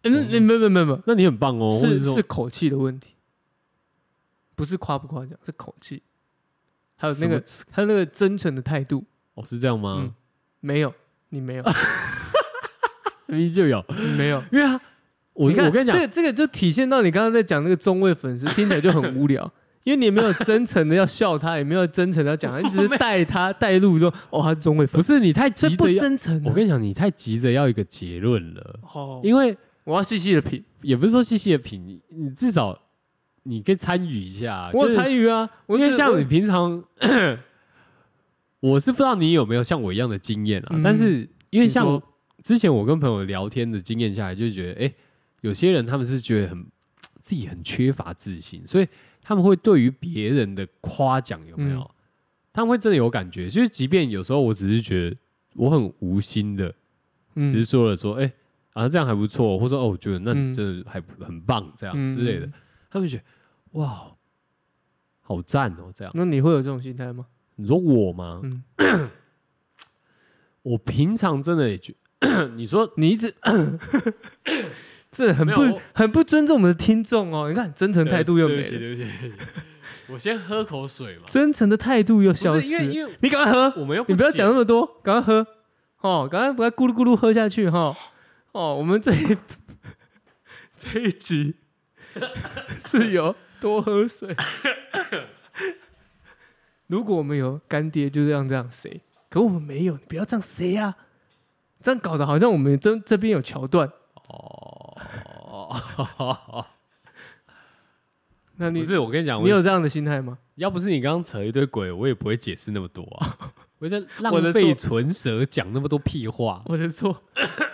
[SPEAKER 2] 嗯，没没没没没，
[SPEAKER 1] 那你很棒哦，或者
[SPEAKER 2] 是
[SPEAKER 1] 说
[SPEAKER 2] 是口气的问题，不是夸不夸奖，是口气，还有那个还有那个真诚的态度，
[SPEAKER 1] 哦，是这样
[SPEAKER 2] 嗯
[SPEAKER 1] 吗？
[SPEAKER 2] 没有，你没 有，
[SPEAKER 1] 明明就有，
[SPEAKER 2] 你没有。
[SPEAKER 1] 因为他我
[SPEAKER 2] 看
[SPEAKER 1] 我跟你讲
[SPEAKER 2] 这，个这个就体现到你刚刚在讲那个中位粉丝，听起来就很无聊，因为你也没有真诚的要笑他，也没有真诚的要讲他， 你只是带他带路说哦他是中位
[SPEAKER 1] 不
[SPEAKER 2] 粉丝，
[SPEAKER 1] 是你太急
[SPEAKER 2] 这不
[SPEAKER 1] 着要，
[SPEAKER 2] 真诚啊、
[SPEAKER 1] 我跟你讲，你太急着要一个结论了，
[SPEAKER 2] 哦，
[SPEAKER 1] 因为。
[SPEAKER 2] 我要细细的品，
[SPEAKER 1] 也不是说细细的品，你你至少你可以参与一下啊。就
[SPEAKER 2] 我有
[SPEAKER 1] 是
[SPEAKER 2] 参与啊，我
[SPEAKER 1] 因为
[SPEAKER 2] 只
[SPEAKER 1] 像你
[SPEAKER 2] 我
[SPEAKER 1] 平常， 我是不知道你有没有像我一样的经验啊。
[SPEAKER 2] 嗯
[SPEAKER 1] 但是因为
[SPEAKER 2] 请
[SPEAKER 1] 像
[SPEAKER 2] 说
[SPEAKER 1] 之前我跟朋友聊天的经验下来，就觉得哎、诶有些人他们是觉得很自己很缺乏自信，所以他们会对于别人的夸奖有没有，
[SPEAKER 2] 嗯
[SPEAKER 1] 他们会真的有感觉。就是即便有时候我只是觉得我很无心的，只是
[SPEAKER 2] 嗯
[SPEAKER 1] 说了说，哎、啊，这样还不错，或者说哦，我觉得那
[SPEAKER 2] 嗯
[SPEAKER 1] 你真的还不很棒，这样、
[SPEAKER 2] 嗯
[SPEAKER 1] 之类的，他们觉得哇，哦好赞哦，这样。
[SPEAKER 2] 那你会有这种心态吗？
[SPEAKER 1] 你说我吗？
[SPEAKER 2] 嗯
[SPEAKER 1] 我平常真的也觉， 你说
[SPEAKER 2] 你 一直这很不
[SPEAKER 1] 没有我
[SPEAKER 2] 很不尊重我们的听众哦，你看真诚
[SPEAKER 1] 对
[SPEAKER 2] 态度又
[SPEAKER 1] 对
[SPEAKER 2] 没
[SPEAKER 1] 不起，
[SPEAKER 2] 了，
[SPEAKER 1] 对不起，对不起我先喝口水嘛。
[SPEAKER 2] 真诚的态度又消
[SPEAKER 1] 不是因为
[SPEAKER 2] 失。
[SPEAKER 1] 因为
[SPEAKER 2] 你赶快喝，
[SPEAKER 1] 我们又
[SPEAKER 2] 你不要
[SPEAKER 1] 解
[SPEAKER 2] 讲那么多，赶快喝哦，赶快把它咕噜咕噜喝下去哈、哦。哦，我们这一这 一集是有多喝水。 如果我们有干爹就这样这样谁，可我们没有，你不要这样谁呀、啊？这样搞得好像我们这这边有桥段。
[SPEAKER 1] 哦，
[SPEAKER 2] 那你
[SPEAKER 1] 不是我跟你讲，
[SPEAKER 2] 你
[SPEAKER 1] 我
[SPEAKER 2] 有这样的心态吗？
[SPEAKER 1] 要不是你刚刚扯一堆鬼，我也不会解释那么多啊。我在浪
[SPEAKER 2] 我的错
[SPEAKER 1] 费唇舌讲那么多屁话，
[SPEAKER 2] 我的错，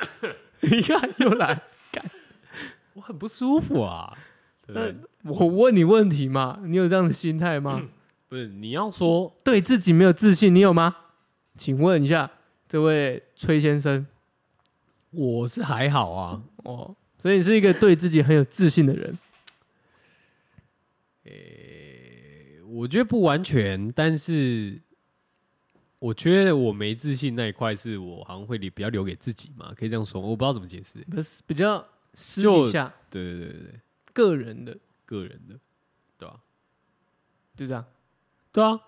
[SPEAKER 2] 你看又来。
[SPEAKER 1] 我很不舒服啊。对不对？嗯
[SPEAKER 2] 我问你问题嘛，你有这样的心态吗？
[SPEAKER 1] 不是你要说
[SPEAKER 2] 对自己没有自信，你有吗？请问一下这位崔先生
[SPEAKER 1] 我是还好啊，
[SPEAKER 2] 哦，所以你是一个对自己很有自信的人，
[SPEAKER 1] 我觉得不完全，但是我觉得我没自信那一块是我好像会比较留给自己嘛，可以这样说吗，我不知道怎么解释。
[SPEAKER 2] 不是比较私
[SPEAKER 1] 就
[SPEAKER 2] 底下
[SPEAKER 1] 对对对对对，
[SPEAKER 2] 个人的，
[SPEAKER 1] 个人的，对吧、
[SPEAKER 2] 就这样。
[SPEAKER 1] 对啊，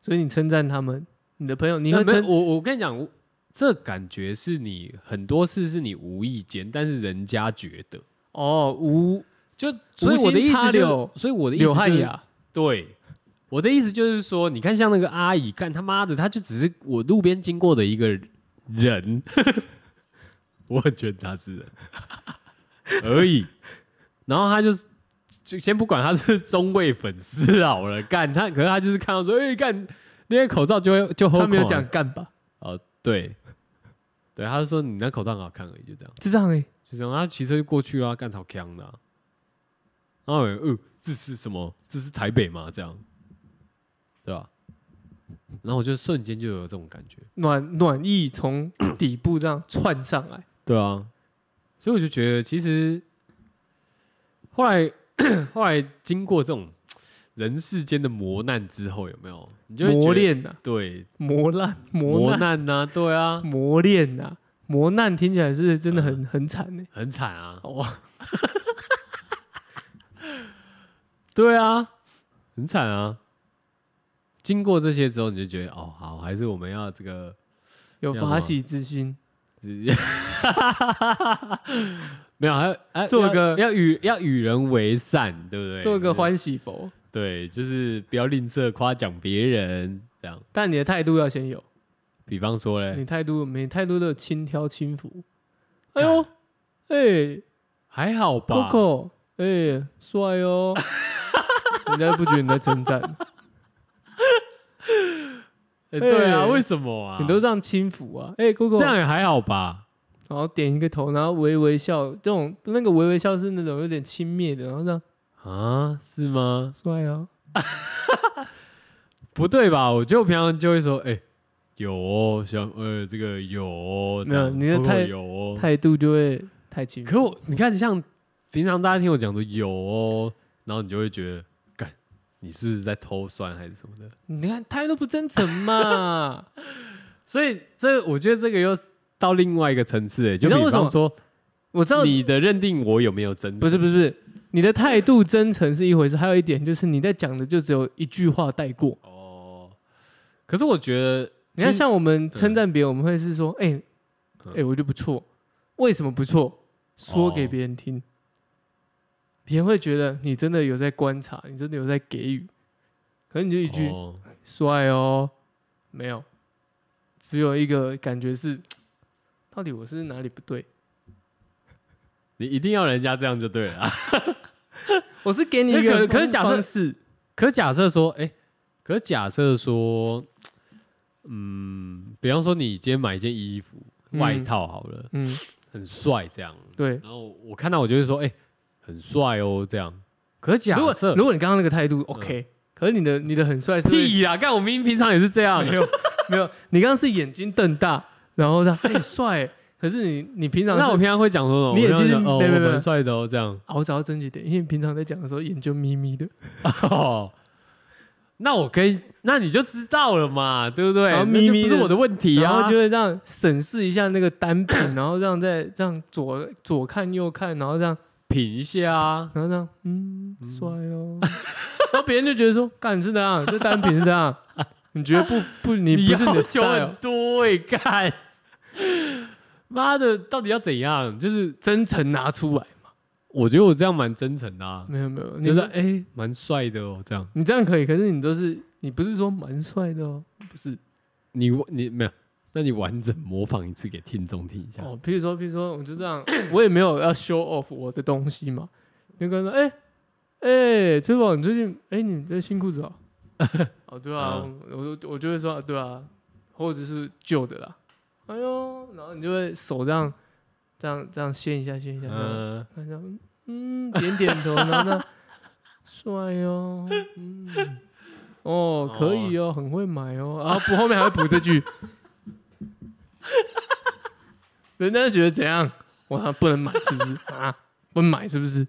[SPEAKER 2] 所以你称赞他们，你的朋友，你
[SPEAKER 1] 但
[SPEAKER 2] 会
[SPEAKER 1] 没有
[SPEAKER 2] 称
[SPEAKER 1] 我我跟你讲，我这感觉是你很多事是你无意间，但是人家觉得，
[SPEAKER 2] 哦无
[SPEAKER 1] 就所以我的意思就
[SPEAKER 2] 插
[SPEAKER 1] 是
[SPEAKER 2] 柳
[SPEAKER 1] 所以我的意思、就
[SPEAKER 2] 柳
[SPEAKER 1] 是、
[SPEAKER 2] 汉雅，
[SPEAKER 1] 对，我的意思就是说，你看像那个阿姨，干他妈的，她就只是我路边经过的一个人， 我很觉得她是人而已。然后她就是就先不管她是中卫粉丝好了，干她，可是她就是看到说，哎、干那个口罩就会就
[SPEAKER 2] 他没有
[SPEAKER 1] 后
[SPEAKER 2] 讲
[SPEAKER 1] 款
[SPEAKER 2] 干吧，
[SPEAKER 1] 哦，对，对，她就说你那口罩很好看而已，就这样。
[SPEAKER 2] 就这样哎、
[SPEAKER 1] 就这样，他骑车就过去啦，干草腔的啊、然后有人呃，这是什么？这是台北吗？这样，对吧？然后我就瞬间就有这种感觉，
[SPEAKER 2] 暖暖意从底部这样窜上来，
[SPEAKER 1] 对啊，所以我就觉得其实后来 后来经过这种人世间的磨难之后，有没有？你就会觉得
[SPEAKER 2] 磨，练呐、
[SPEAKER 1] 对，
[SPEAKER 2] 磨难，磨
[SPEAKER 1] 磨
[SPEAKER 2] 难，
[SPEAKER 1] 难呐、对啊，
[SPEAKER 2] 磨练呐、磨难听起来是真的很、
[SPEAKER 1] 嗯
[SPEAKER 2] 很惨哎、
[SPEAKER 1] 很惨啊，
[SPEAKER 2] 哇，
[SPEAKER 1] 对啊，很惨啊。经过这些之后，你就觉得哦，好，还是我们要这个
[SPEAKER 2] 有
[SPEAKER 1] 要什
[SPEAKER 2] 法
[SPEAKER 1] 么
[SPEAKER 2] 喜之心。
[SPEAKER 1] 直接，没有，还要哎
[SPEAKER 2] 做个
[SPEAKER 1] 要要与要与人为善，对不对？
[SPEAKER 2] 做个
[SPEAKER 1] 就是
[SPEAKER 2] 欢喜佛，
[SPEAKER 1] 对，就是不要吝啬夸奖别人，这样。
[SPEAKER 2] 但你的态度要先有，
[SPEAKER 1] 比方说嘞，
[SPEAKER 2] 你态度每态度都有轻佻轻浮。哎呦，哎
[SPEAKER 1] 还好吧？
[SPEAKER 2] ，Coco，哎，帅 哦，人家不觉得你在称赞，
[SPEAKER 1] 哎对啊，
[SPEAKER 2] 哎
[SPEAKER 1] 为什么 啊？
[SPEAKER 2] 你都这样轻浮啊？哎，Coco，
[SPEAKER 1] 这样也还好吧？
[SPEAKER 2] 然后点一个头，然后微微笑，这种那个微微笑是那种有点轻蔑的，然后这样
[SPEAKER 1] 啊，是吗？
[SPEAKER 2] 帅哦，
[SPEAKER 1] 不对吧？我觉得我平常就会说，哎，有哦，像呃，这个有哦，这样
[SPEAKER 2] 没有你
[SPEAKER 1] 会
[SPEAKER 2] 的
[SPEAKER 1] 不
[SPEAKER 2] 态
[SPEAKER 1] 会有哦。
[SPEAKER 2] 态度就会太轻浮。
[SPEAKER 1] 可我你看，像平常大家听我讲说有哦，然后你就会觉得，干，你是不是在偷酸还是什么的？
[SPEAKER 2] 你看态度不真诚 嘛？
[SPEAKER 1] 所以这我觉得这个又到另外一个层次、欸，就
[SPEAKER 2] 你知道
[SPEAKER 1] 比
[SPEAKER 2] 为什么
[SPEAKER 1] 方说
[SPEAKER 2] 我知道
[SPEAKER 1] 你的认定我有没有真实，
[SPEAKER 2] 不是不是不是，你的态度真诚是一回事，还有一点就是你在讲的就只有一句话带过。
[SPEAKER 1] 哦。可是我觉得，
[SPEAKER 2] 你看，
[SPEAKER 1] 其实
[SPEAKER 2] 像我们称赞别人，我们会是说，哎、哎、
[SPEAKER 1] 嗯
[SPEAKER 2] 我就不错，为什么不错？说给别人听，别、人会觉得你真的有在观察，你真的有在给予。可能你就一句
[SPEAKER 1] 哦
[SPEAKER 2] “帅哦”，没有，只有一个感觉是，到底我是哪里不对？
[SPEAKER 1] 你一定要人家这样就对了、啊。
[SPEAKER 2] 我是给你
[SPEAKER 1] 那
[SPEAKER 2] 一个
[SPEAKER 1] 可可是
[SPEAKER 2] 方
[SPEAKER 1] 假设
[SPEAKER 2] 方式
[SPEAKER 1] 可假设说，哎、可假设说，嗯，比方说你今天买一件衣服、
[SPEAKER 2] 嗯
[SPEAKER 1] 外套好了，
[SPEAKER 2] 嗯，
[SPEAKER 1] 很帅这样，
[SPEAKER 2] 对。
[SPEAKER 1] 然后我看到我就会说，哎、很帅哦，这样。可是假
[SPEAKER 2] 如果
[SPEAKER 1] 设嗯
[SPEAKER 2] 如果你刚刚那个态度 OK，、可是你的你的很帅是会
[SPEAKER 1] 屁啦，干我明明平常也是这样，
[SPEAKER 2] 没有没有，你刚刚是眼睛瞪大，然后 这样哎帅欸，可是你你平常
[SPEAKER 1] 那我
[SPEAKER 2] 是
[SPEAKER 1] 平常会讲说什么？
[SPEAKER 2] 你也
[SPEAKER 1] 我平常
[SPEAKER 2] 就是
[SPEAKER 1] 讲哦，
[SPEAKER 2] 没没
[SPEAKER 1] 我
[SPEAKER 2] 没
[SPEAKER 1] 蛮帅的哦，这样。
[SPEAKER 2] 熬着真几点，因为你平常在讲的时候眼就眯眯 的，
[SPEAKER 1] 哦，那我可以，那你就知道了嘛，对不对？
[SPEAKER 2] 然后
[SPEAKER 1] 那就
[SPEAKER 2] 咪咪
[SPEAKER 1] 不
[SPEAKER 2] 的
[SPEAKER 1] 是我的问题
[SPEAKER 2] 然
[SPEAKER 1] 啊
[SPEAKER 2] 后就。会这样审视一下那个单品， 然后这样再这样左左看右看，然后这样
[SPEAKER 1] 品一下啊，
[SPEAKER 2] 然后这样嗯帅哦， 然后别人就觉得说，干你是这样，这单品是这样，你觉得不不，你不是你
[SPEAKER 1] 要
[SPEAKER 2] 的
[SPEAKER 1] 求
[SPEAKER 2] style，
[SPEAKER 1] 很多哎、干， 妈的，到底要怎样？就是
[SPEAKER 2] 真诚拿出来。
[SPEAKER 1] 我觉得我这样蛮真诚的、啊，
[SPEAKER 2] 没有没有，你
[SPEAKER 1] 就是
[SPEAKER 2] 说
[SPEAKER 1] 哎、蛮帅的哦，这样。
[SPEAKER 2] 你这样可以，可是你都是你不是说蛮帅的哦，不是
[SPEAKER 1] 你你没有？那你完整模仿一次给听众听一下。
[SPEAKER 2] 哦。譬如说，譬如说，我就这样， 我也没有要 show off 我的东西嘛。你就跟他说，哎、哎、崔宝，你最近哎、你这新裤子哦？ 哦，对啊，
[SPEAKER 1] 嗯
[SPEAKER 2] 我我就会说，对啊，或者是旧的啦。哎呦，然后你就会手这样这样这样掀一下掀一下，
[SPEAKER 1] 嗯、
[SPEAKER 2] 这样看一下，嗯，点点头，然 后呢，帅哦，嗯，哦，可以哦，很会买哦，然后补后面还会补这 句，人家就觉得怎样，我他不能买是不是啊？不能买是不是？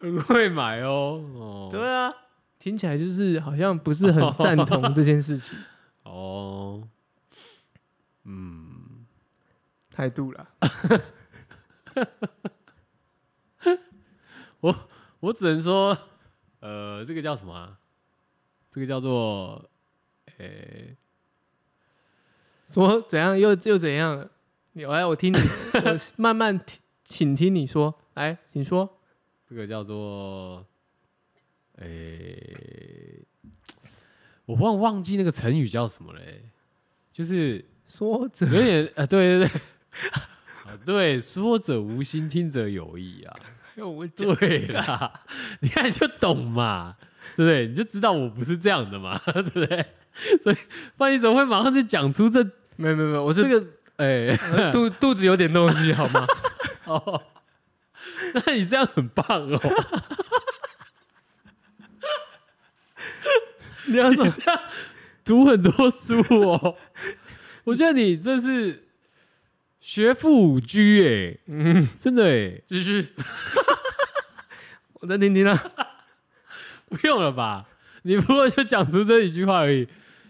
[SPEAKER 1] 很会买哦。哦，
[SPEAKER 2] 对啊，听起来就是好像不是很赞同这件事情，
[SPEAKER 1] 哦，嗯，
[SPEAKER 2] 态度啦，
[SPEAKER 1] 我只能说，呃，这个叫什么、啊？这个叫做，呃、
[SPEAKER 2] 说怎样又又怎样了？你来，我听你，我慢慢听，请听你说，来，请说。
[SPEAKER 1] 这个叫做，呃、我忘忘记那个成语叫什么嘞，就是
[SPEAKER 2] 说着
[SPEAKER 1] 有点呃，对 对对，啊，对，说者无心，听者有意 啊。
[SPEAKER 2] 哎我讲
[SPEAKER 1] 对 啦，你看你就懂嘛，对不对？你就知道我不是这样的嘛， 对不对？所以，不然你怎么会马上就讲出这
[SPEAKER 2] 没有没有没有，我是
[SPEAKER 1] 这个？哎、
[SPEAKER 2] 肚肚子有点东西，好吗？
[SPEAKER 1] 哦，那你这样很棒哦，
[SPEAKER 2] 你要说
[SPEAKER 1] 你这样读很多书哦，我觉得你这是学富五居哎、嗯，真的哎、
[SPEAKER 2] 继续， 我再听听啊。
[SPEAKER 1] 不用了吧？你不过就讲出这一句话而已，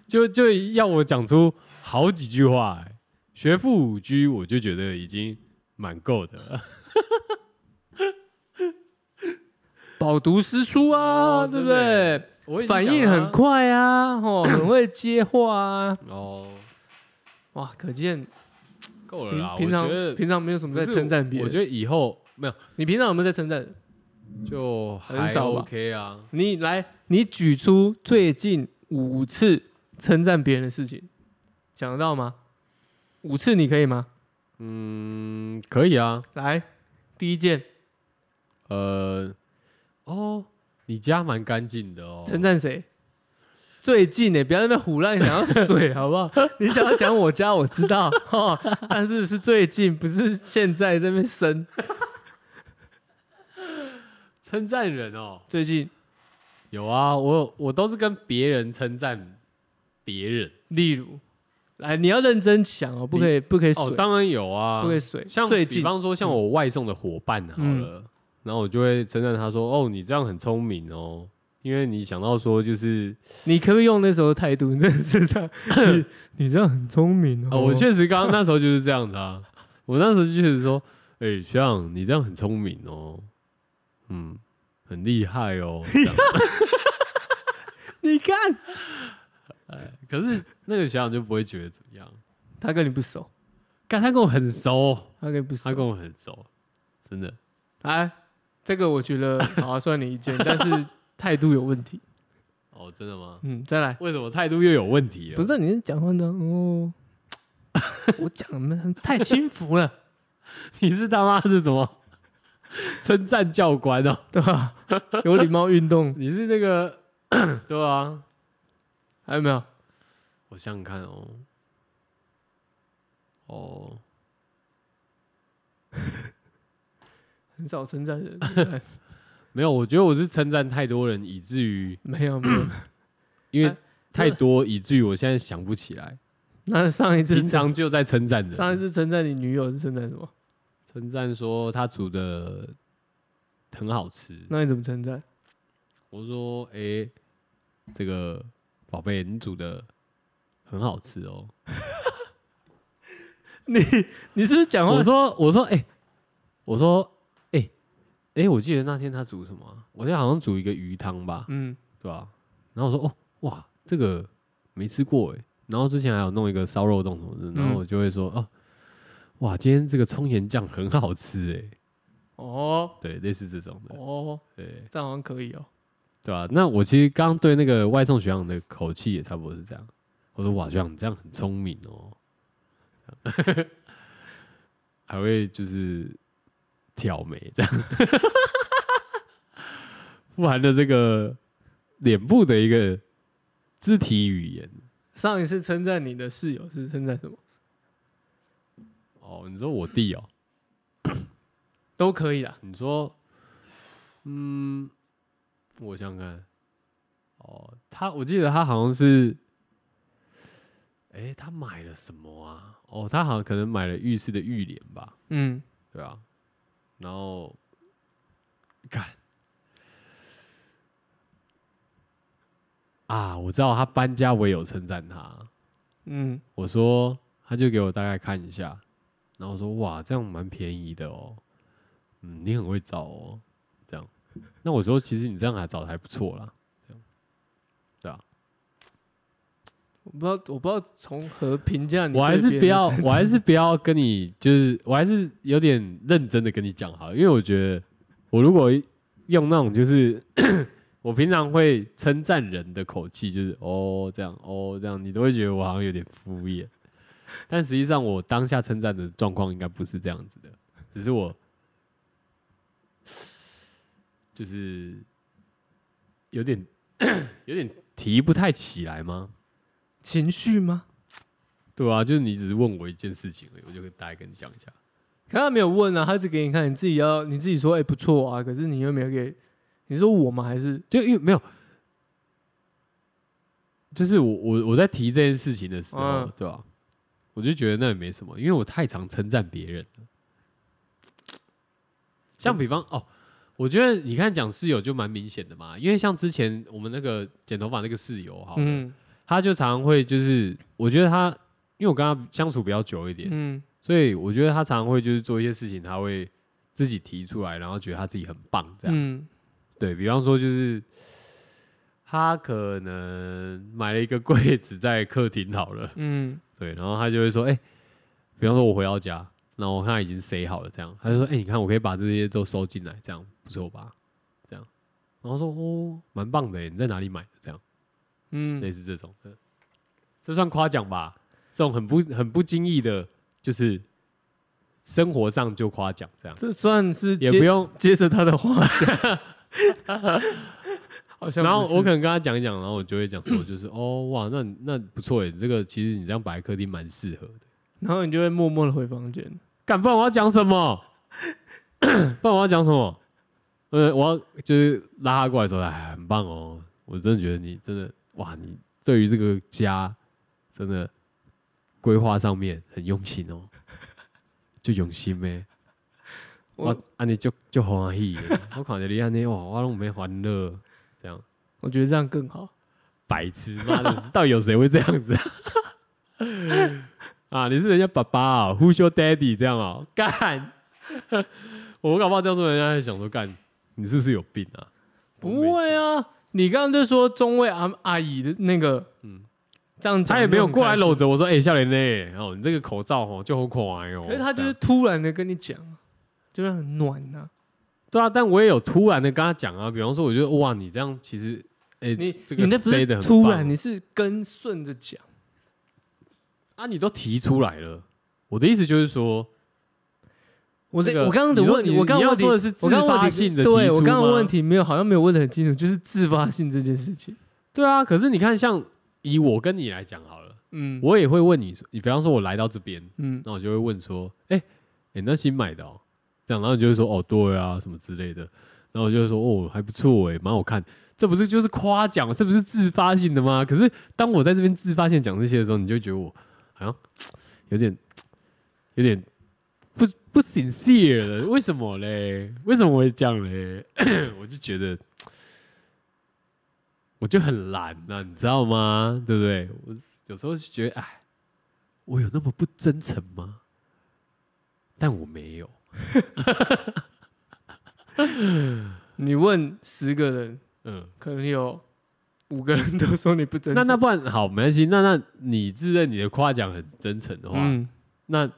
[SPEAKER 1] 就就要我讲出好几句话、欸。学富五居，我就觉得已经蛮够的了。
[SPEAKER 2] 饱读诗书啊，
[SPEAKER 1] 哦
[SPEAKER 2] 对不
[SPEAKER 1] 真的
[SPEAKER 2] 对？
[SPEAKER 1] 我已经
[SPEAKER 2] 反
[SPEAKER 1] 讲
[SPEAKER 2] 应
[SPEAKER 1] 了啊
[SPEAKER 2] 很快啊， 哦，很会接话啊，
[SPEAKER 1] 哦，
[SPEAKER 2] 哇，可见
[SPEAKER 1] 够了啦
[SPEAKER 2] 平。平
[SPEAKER 1] 啊我觉得
[SPEAKER 2] 常平常没有什么
[SPEAKER 1] 不
[SPEAKER 2] 在
[SPEAKER 1] 是
[SPEAKER 2] 称赞别人。
[SPEAKER 1] 我觉得以后没有
[SPEAKER 2] 你平常有没有在称赞？
[SPEAKER 1] 就
[SPEAKER 2] 很
[SPEAKER 1] 还
[SPEAKER 2] 少吧
[SPEAKER 1] OK 啊。
[SPEAKER 2] 你来，你举出最近五次称赞别人的事情，想得到吗？五次你可以吗？
[SPEAKER 1] 嗯，可以啊。
[SPEAKER 2] 来，第一件
[SPEAKER 1] 呃，哦，你家蛮干净的哦。
[SPEAKER 2] 称赞谁？最近呢、不要在那边胡乱想 要水好不好？你想要讲我家，我知道 哦，但是是最近，不是现在这边生。
[SPEAKER 1] 称赞人哦，
[SPEAKER 2] 最近，
[SPEAKER 1] 有啊，我有我都是跟别人称赞别人。
[SPEAKER 2] 例如，来，你要认真想哦，不可以，不可以水，
[SPEAKER 1] 哦，当然有啊，
[SPEAKER 2] 不可以水。
[SPEAKER 1] 像
[SPEAKER 2] 最
[SPEAKER 1] 比
[SPEAKER 2] 近，嗯
[SPEAKER 1] 方说像我外送的伙伴好了，然后我就会称赞他说：“哦，你这样很聪明哦，因为你想到说就是，
[SPEAKER 2] 你可不可以用那时候的态度？你真的是 这样，你你这样很聪明
[SPEAKER 1] 啊、
[SPEAKER 2] 哦。
[SPEAKER 1] 我确实刚刚那时候就是这样的啊，我那时候确实说，哎、学长你这样很聪明哦，嗯，很厉害 哦。这样
[SPEAKER 2] 你看
[SPEAKER 1] 可是那个学长就不会觉得怎么样，
[SPEAKER 2] 他跟你不熟，
[SPEAKER 1] 但他跟我很熟，
[SPEAKER 2] 他跟你不
[SPEAKER 1] 他
[SPEAKER 2] 熟。
[SPEAKER 1] 跟我很熟，真的。
[SPEAKER 2] 哎，这个我觉得好、啊，算你一件，但是态度有问题。
[SPEAKER 1] 哦，真的吗？
[SPEAKER 2] 嗯，再来。
[SPEAKER 1] 为什么态度又有问题了？
[SPEAKER 2] 不是你是讲话呢？ 哦，我讲的很太轻浮了，
[SPEAKER 1] 你是他妈是什么称赞教官哦？
[SPEAKER 2] 对吧？有礼貌运动
[SPEAKER 1] 你是那个 对啊？
[SPEAKER 2] 还有没有？
[SPEAKER 1] 我想想看哦，哦，
[SPEAKER 2] 很少称赞人，对不对
[SPEAKER 1] 没有，我觉得我是称赞太多人，以至于
[SPEAKER 2] 没有没有。
[SPEAKER 1] 因为
[SPEAKER 2] 哎
[SPEAKER 1] 太多，以至于我现在想不起 来。
[SPEAKER 2] 那上一次
[SPEAKER 1] 平常就在称赞
[SPEAKER 2] 上一
[SPEAKER 1] 人，
[SPEAKER 2] 次称赞你女友是称赞什么？
[SPEAKER 1] 称赞说他煮的很好吃。
[SPEAKER 2] 那你怎么称赞？
[SPEAKER 1] 我说，哎、这个宝贝，你煮的很好吃哦。
[SPEAKER 2] 你你是不是讲话
[SPEAKER 1] 我说，我说，哎、我说，哎、哎、我记得那天他煮什么啊、我记得好像煮一个鱼汤吧，
[SPEAKER 2] 嗯，
[SPEAKER 1] 对吧、然后我说哦，哇，这个没吃过哎。然后之前还有弄一个烧肉冻什么的，然后我就会说、哦，哇，今天这个葱盐酱很好吃哎。
[SPEAKER 2] 哦
[SPEAKER 1] 对，类似这种的，
[SPEAKER 2] 哦，
[SPEAKER 1] 对
[SPEAKER 2] 这样好像可以哦。
[SPEAKER 1] 对吧、那我其实刚刚对那个外送学长的口气也差不多是这样。我说哇，学长你这样很聪明哦， 这样还会就是挑眉这样，富含了这个脸部的一个肢体语言。
[SPEAKER 2] 上一次称赞你的室友是称赞什么？
[SPEAKER 1] 哦，你说我弟哦，
[SPEAKER 2] 都可以啦。
[SPEAKER 1] 你说，嗯，我想想看，哦，他我记得他好像是，哎、他买了什么啊？哦，他好像可能买了浴室的浴帘吧，
[SPEAKER 2] 嗯，
[SPEAKER 1] 对啊，然后，看，啊，我知道他搬家，我也有称赞他，
[SPEAKER 2] 嗯，
[SPEAKER 1] 我说，他就给我大概看一下，然后我说，哇，这样蛮便宜的哦，嗯，你很会找哦，这样。那我说，其实你这样还找的还不错啦，
[SPEAKER 2] 我不知道，我不知道从何评价你。
[SPEAKER 1] 我还是不要，
[SPEAKER 2] 对别人的称
[SPEAKER 1] 我还是不要跟你，就是我还是有点认真的跟你讲好了，因为我觉得我如果用那种就是 我平常会称赞人的口气，就是哦这样哦这样，你都会觉得我好像有点敷衍，但实际上我当下称赞的状况应该不是这样子的，只是我就是有点 有点提不太起来吗？
[SPEAKER 2] 情绪吗？
[SPEAKER 1] 对啊，就是你只是问我一件事情而已，我就大概跟你讲一下。
[SPEAKER 2] 可他没有问啊，他只给你看，你自己要你自己说，哎、不错啊。可是你又没有给，你说我吗？还是
[SPEAKER 1] 就因为没有，就是我我我在提这件事情的时候，
[SPEAKER 2] 嗯
[SPEAKER 1] 对吧、啊我就觉得那也没什么，因为我太常称赞别人了。像比方哦，我觉得你看讲室友就蛮明显的嘛，因为像之前我们那个剪头发那个室友哈，
[SPEAKER 2] 嗯
[SPEAKER 1] 他就常常会就是，我觉得他因为我跟他相处比较久一点，
[SPEAKER 2] 嗯
[SPEAKER 1] 所以我觉得他常常会就是做一些事情，他会自己提出来，然后觉得他自己很棒这样。
[SPEAKER 2] 嗯
[SPEAKER 1] 对比方说，就是他可能买了一个柜子在客厅好了，
[SPEAKER 2] 嗯
[SPEAKER 1] 对，然后他就会说，哎、比方说我回到家，然后我看他已经塞好了，这样，他就说，哎、你看我可以把这些都收进来，这样不错吧？这样，然后说，哦，蛮棒的耶，你在哪里买的？这样，
[SPEAKER 2] 嗯，
[SPEAKER 1] 类似这种的，这算夸奖吧？这种很不很不经意的，就是生活上就夸奖这样，
[SPEAKER 2] 这算是
[SPEAKER 1] 也
[SPEAKER 2] 接
[SPEAKER 1] 不用
[SPEAKER 2] 接着他 的话讲，好像
[SPEAKER 1] 然后
[SPEAKER 2] 不是
[SPEAKER 1] 我可能跟他讲一讲，然后我就会讲说，就是哦哇，那那不错欸耶，这个其实你这样摆在客厅蛮适合的。
[SPEAKER 2] 然后你就会默默的回房间。
[SPEAKER 1] 干，不然我要讲什么？ 不然我要讲什么？呃，我要就是拉他过来说，哎，很棒哦，我真的觉得你真的哇，你对于这个家真的规划上面很用心哦，就用心呗。我
[SPEAKER 2] 我
[SPEAKER 1] 安尼就就欢喜的，我看着你安尼哇，我拢没欢乐，这样。
[SPEAKER 2] 我觉得这样更好。
[SPEAKER 1] 白痴，妈的， 到底有谁会这样子啊？ 啊，你是人家爸爸啊，Who's your daddy 这样啊？干， 我搞不好这样说，人家会想说干，你是不是有病啊？
[SPEAKER 2] 不会啊，你刚刚就说中尉阿阿姨的那个，嗯，这样讲
[SPEAKER 1] 他也没有过来
[SPEAKER 2] 就
[SPEAKER 1] 搂着我说，哎、笑脸呢？哦，你这个口罩哦就好可爱哦。
[SPEAKER 2] 很开心，可是他就
[SPEAKER 1] 这
[SPEAKER 2] 是
[SPEAKER 1] 样
[SPEAKER 2] 突然的跟你讲，就是很暖呐、
[SPEAKER 1] 对啊，但我也有突然的跟他讲啊，比方说，我觉得哇，你这样其实，哎、
[SPEAKER 2] 你、
[SPEAKER 1] 这个
[SPEAKER 2] 你那不
[SPEAKER 1] 塞
[SPEAKER 2] 是
[SPEAKER 1] 得很
[SPEAKER 2] 突
[SPEAKER 1] 棒
[SPEAKER 2] 然，你是跟顺着讲，
[SPEAKER 1] 啊，你都提出来了。我的意思就是说，
[SPEAKER 2] 我的、
[SPEAKER 1] 这个
[SPEAKER 2] 我刚刚的
[SPEAKER 1] 你说
[SPEAKER 2] 问题，
[SPEAKER 1] 你
[SPEAKER 2] 我刚
[SPEAKER 1] 你
[SPEAKER 2] 刚
[SPEAKER 1] 要
[SPEAKER 2] 问题
[SPEAKER 1] 说的是自
[SPEAKER 2] 我刚刚问
[SPEAKER 1] 发
[SPEAKER 2] 题
[SPEAKER 1] 性的提
[SPEAKER 2] 对
[SPEAKER 1] 出
[SPEAKER 2] 我刚刚
[SPEAKER 1] 吗
[SPEAKER 2] 问题没有好像没有问的很清楚， 就是自发性这件事情，
[SPEAKER 1] 对啊，可是你看，像以我跟你来讲好了。
[SPEAKER 2] 嗯
[SPEAKER 1] 我也会问你说，你比方说我来到这边，
[SPEAKER 2] 嗯
[SPEAKER 1] 那我就会问说，哎、欸，你、那新买的哦、这样，然后你就会说，哦，对啊，什么之类的，然后我就会说，哦，还不错哎、蛮好看，这不是就是夸奖，这不是自发性的吗？可是当我在这边自发性讲这些的时候，你就会觉得我好像有点有点不不 sincere 了，为什么嘞？为什么会这样嘞？ 我就觉得。我就很懒呐、你知道吗？对不对？我有时候就觉得，哎，我有那么不真诚吗？但我没有。
[SPEAKER 2] 你问十个人，
[SPEAKER 1] 嗯，
[SPEAKER 2] 可能有五个人都说你不真诚。
[SPEAKER 1] 那那不然好，没关系。那那你自认你的夸奖很真诚的话，
[SPEAKER 2] 嗯，
[SPEAKER 1] 那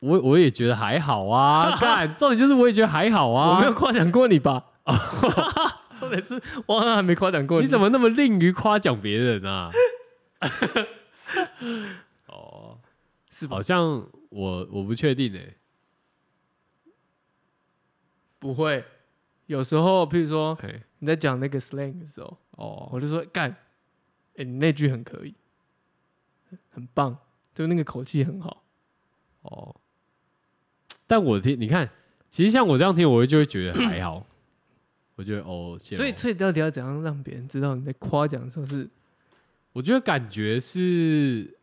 [SPEAKER 1] 我我也觉得还好 啊。但重点就是我也觉得还好
[SPEAKER 2] 我
[SPEAKER 1] 啊
[SPEAKER 2] 没有。夸奖过你吧？ 重点是我好像还没夸奖过
[SPEAKER 1] 你
[SPEAKER 2] 你
[SPEAKER 1] 怎么那么吝于夸奖别人啊？哦，
[SPEAKER 2] 是吧
[SPEAKER 1] 好？像我我不确定诶、欸
[SPEAKER 2] 不会，有时候譬如说
[SPEAKER 1] 嘿
[SPEAKER 2] 你在讲那个 slang 的时候，
[SPEAKER 1] 哦，
[SPEAKER 2] 我就说干，哎、你那句很可以，很棒，就那个口气很好。
[SPEAKER 1] 哦，但我听你看，其实像我这样听，我就会觉得还好。我觉得哦，谢
[SPEAKER 2] 所以，
[SPEAKER 1] 咯
[SPEAKER 2] 所以到底要怎样让别人知道你在夸奖的时候是
[SPEAKER 1] 我觉得感觉是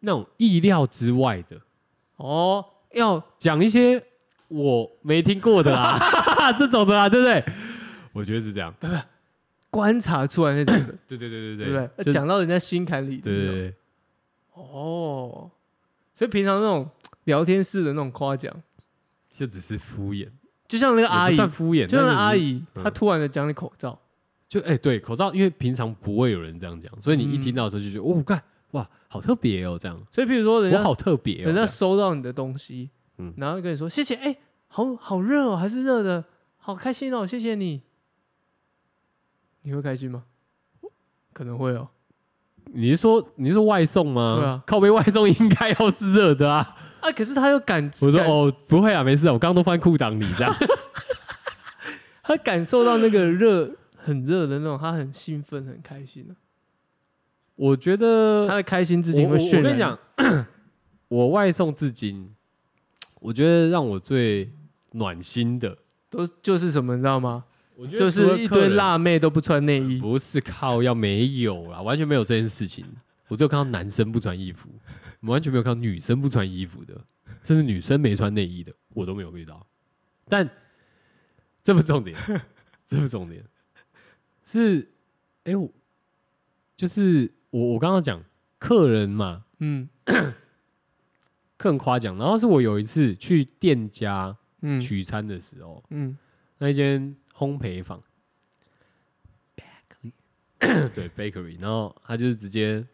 [SPEAKER 1] 那种意料之外的，
[SPEAKER 2] 哦，要
[SPEAKER 1] 讲一些我没听过的啦，这种的啦，对不对？我觉得是这样，
[SPEAKER 2] 观察出来那种的，
[SPEAKER 1] 对对对
[SPEAKER 2] 对
[SPEAKER 1] 对
[SPEAKER 2] 不对？要
[SPEAKER 1] 就是
[SPEAKER 2] 讲到人家心坎里的
[SPEAKER 1] 对
[SPEAKER 2] 那
[SPEAKER 1] 对
[SPEAKER 2] 种。
[SPEAKER 1] 对对，
[SPEAKER 2] 哦，所以平常那种聊天式的那种夸奖，
[SPEAKER 1] 就只是敷衍，
[SPEAKER 2] 就像那个阿
[SPEAKER 1] 也不
[SPEAKER 2] 姨，
[SPEAKER 1] 算敷衍，
[SPEAKER 2] 就像
[SPEAKER 1] 但
[SPEAKER 2] 那
[SPEAKER 1] 是
[SPEAKER 2] 阿，姨，
[SPEAKER 1] 嗯
[SPEAKER 2] 她突然的讲你口罩，
[SPEAKER 1] 就哎、对，口罩，因为平常不会有人这样讲，所以你一
[SPEAKER 2] 嗯
[SPEAKER 1] 听到的时候就觉得，哦，干，哇，好特别哦，这样，
[SPEAKER 2] 所以譬如说人
[SPEAKER 1] 我
[SPEAKER 2] 家
[SPEAKER 1] 好特别哦，
[SPEAKER 2] 人
[SPEAKER 1] 这
[SPEAKER 2] 家
[SPEAKER 1] 样
[SPEAKER 2] 收到你的东西，
[SPEAKER 1] 嗯
[SPEAKER 2] 然后跟你说谢谢，哎、好好热哦，还是热的，好开心哦，谢谢你，你会开心吗？可能会哦，
[SPEAKER 1] 你是说你是说外送吗？
[SPEAKER 2] 对啊
[SPEAKER 1] 靠背外送应该要是热的啊。
[SPEAKER 2] 啊，可是他又感，
[SPEAKER 1] 我说
[SPEAKER 2] 感，
[SPEAKER 1] 哦，不会啊，没事啊，我刚刚都放裤裆里这样。
[SPEAKER 2] 他感受到那个热，很热的那种，他很兴奋，很开心、啊、
[SPEAKER 1] 我觉得
[SPEAKER 2] 他的开心之情会
[SPEAKER 1] 我我
[SPEAKER 2] 渲染。
[SPEAKER 1] 我跟你讲， 我外送至今，我觉得让我最暖心的，
[SPEAKER 2] 都就是什么，你知道吗？
[SPEAKER 1] 我觉得
[SPEAKER 2] 就
[SPEAKER 1] 除了
[SPEAKER 2] 是一
[SPEAKER 1] 客
[SPEAKER 2] 堆
[SPEAKER 1] 人，
[SPEAKER 2] 辣妹都不穿内衣，
[SPEAKER 1] 不是靠要没有啦，完全没有这件事情。我只有看到男生不穿衣服，我完全没有看到女生不穿衣服的，甚至女生没穿内衣的，我都没有遇到。但这不是重点，这不是重点，是哎、我就是我我刚刚讲客人嘛，
[SPEAKER 2] 嗯
[SPEAKER 1] 客人夸奖。然后是我有一次去店家
[SPEAKER 2] 嗯
[SPEAKER 1] 取餐的时候，
[SPEAKER 2] 嗯，
[SPEAKER 1] 那一间烘焙坊 bakery，对 bakery，然后他就是直接，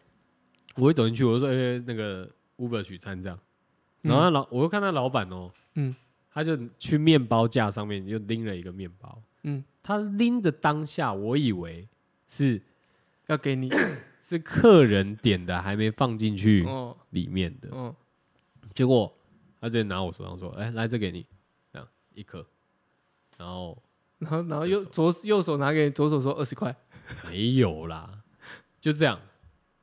[SPEAKER 1] 我一走进去，我就说：“哎、那个 Uber 取餐这样。”然后那老，我又看他老板哦，
[SPEAKER 2] 嗯
[SPEAKER 1] 嗯，他就去面包架上面又拎了一个面包，
[SPEAKER 2] 嗯
[SPEAKER 1] 嗯，他拎的当下，我以为是
[SPEAKER 2] 要给你
[SPEAKER 1] 是客人点的还没放进去
[SPEAKER 2] 哦
[SPEAKER 1] 里面的，
[SPEAKER 2] 哦，
[SPEAKER 1] 结果他直接拿我手上说：“哎、来，这给你，这样一颗。”然后
[SPEAKER 2] 然后然后
[SPEAKER 1] 这
[SPEAKER 2] 右
[SPEAKER 1] 种
[SPEAKER 2] 左右手拿给你，左手说二十块，
[SPEAKER 1] 没有啦，就这样。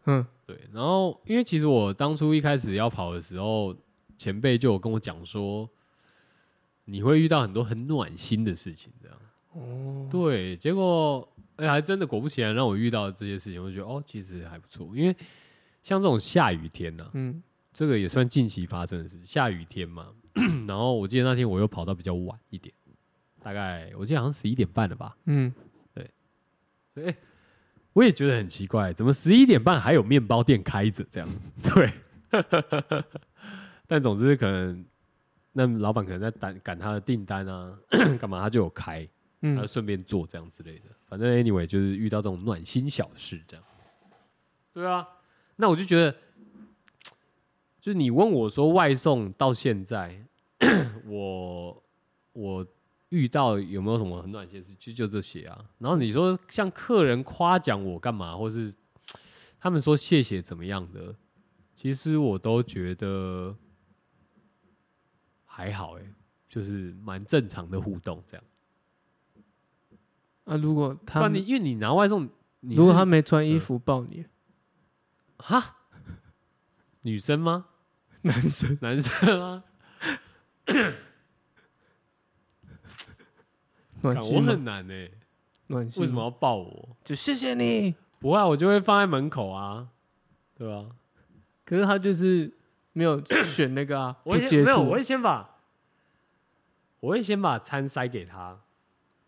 [SPEAKER 2] 嗯
[SPEAKER 1] 对，然后因为其实我当初一开始要跑的时候，前辈就有跟我讲说，你会遇到很多很暖心的事情，这样。
[SPEAKER 2] 哦，
[SPEAKER 1] 对，结果哎、还真的果不其然让我遇到这些事情，我就觉得哦，其实还不错。因为像这种下雨天呢、
[SPEAKER 2] 嗯
[SPEAKER 1] 这个也算近期发生的事。下雨天嘛， 然后我记得那天我又跑到比较晚一点，大概我记得好像十一点半了吧。
[SPEAKER 2] 嗯，
[SPEAKER 1] 所以、哎我也觉得很奇怪，怎么十一点半还有面包店开着这样？ 对，但总之可能那老板可能在赶赶他的订单啊， 干嘛他就有开，他就
[SPEAKER 2] 嗯，
[SPEAKER 1] 顺便做这样之类的。反正 anyway 就是遇到这种暖心小事这样。对啊，那我就觉得，就是你问我说外送到现在， 我我遇到有没有什么很暖心的事，就就这些啊。然后你说像客人夸奖我干嘛，或是他们说谢谢怎么样的，其实我都觉得还好哎、就是蛮正常的互动这样。
[SPEAKER 2] 啊，如果
[SPEAKER 1] 不
[SPEAKER 2] 他
[SPEAKER 1] 然你因为你拿外送，你
[SPEAKER 2] 如果
[SPEAKER 1] 是嗯
[SPEAKER 2] 他没穿衣服抱你，
[SPEAKER 1] 哈女生吗？
[SPEAKER 2] 男 生
[SPEAKER 1] 男生啊 吗？
[SPEAKER 2] 暖
[SPEAKER 1] 干
[SPEAKER 2] 心
[SPEAKER 1] 我
[SPEAKER 2] 吗？
[SPEAKER 1] 很难哎、
[SPEAKER 2] 暖心吗哦
[SPEAKER 1] 为什么要抱我？
[SPEAKER 2] 就谢谢你？
[SPEAKER 1] 不会、啊，我就会放在门口啊，对吧、
[SPEAKER 2] 可是他就是没有选那个啊，
[SPEAKER 1] 我
[SPEAKER 2] 不
[SPEAKER 1] 会
[SPEAKER 2] 接
[SPEAKER 1] 先没有，
[SPEAKER 2] 触
[SPEAKER 1] 我会先把我会先把餐塞给他，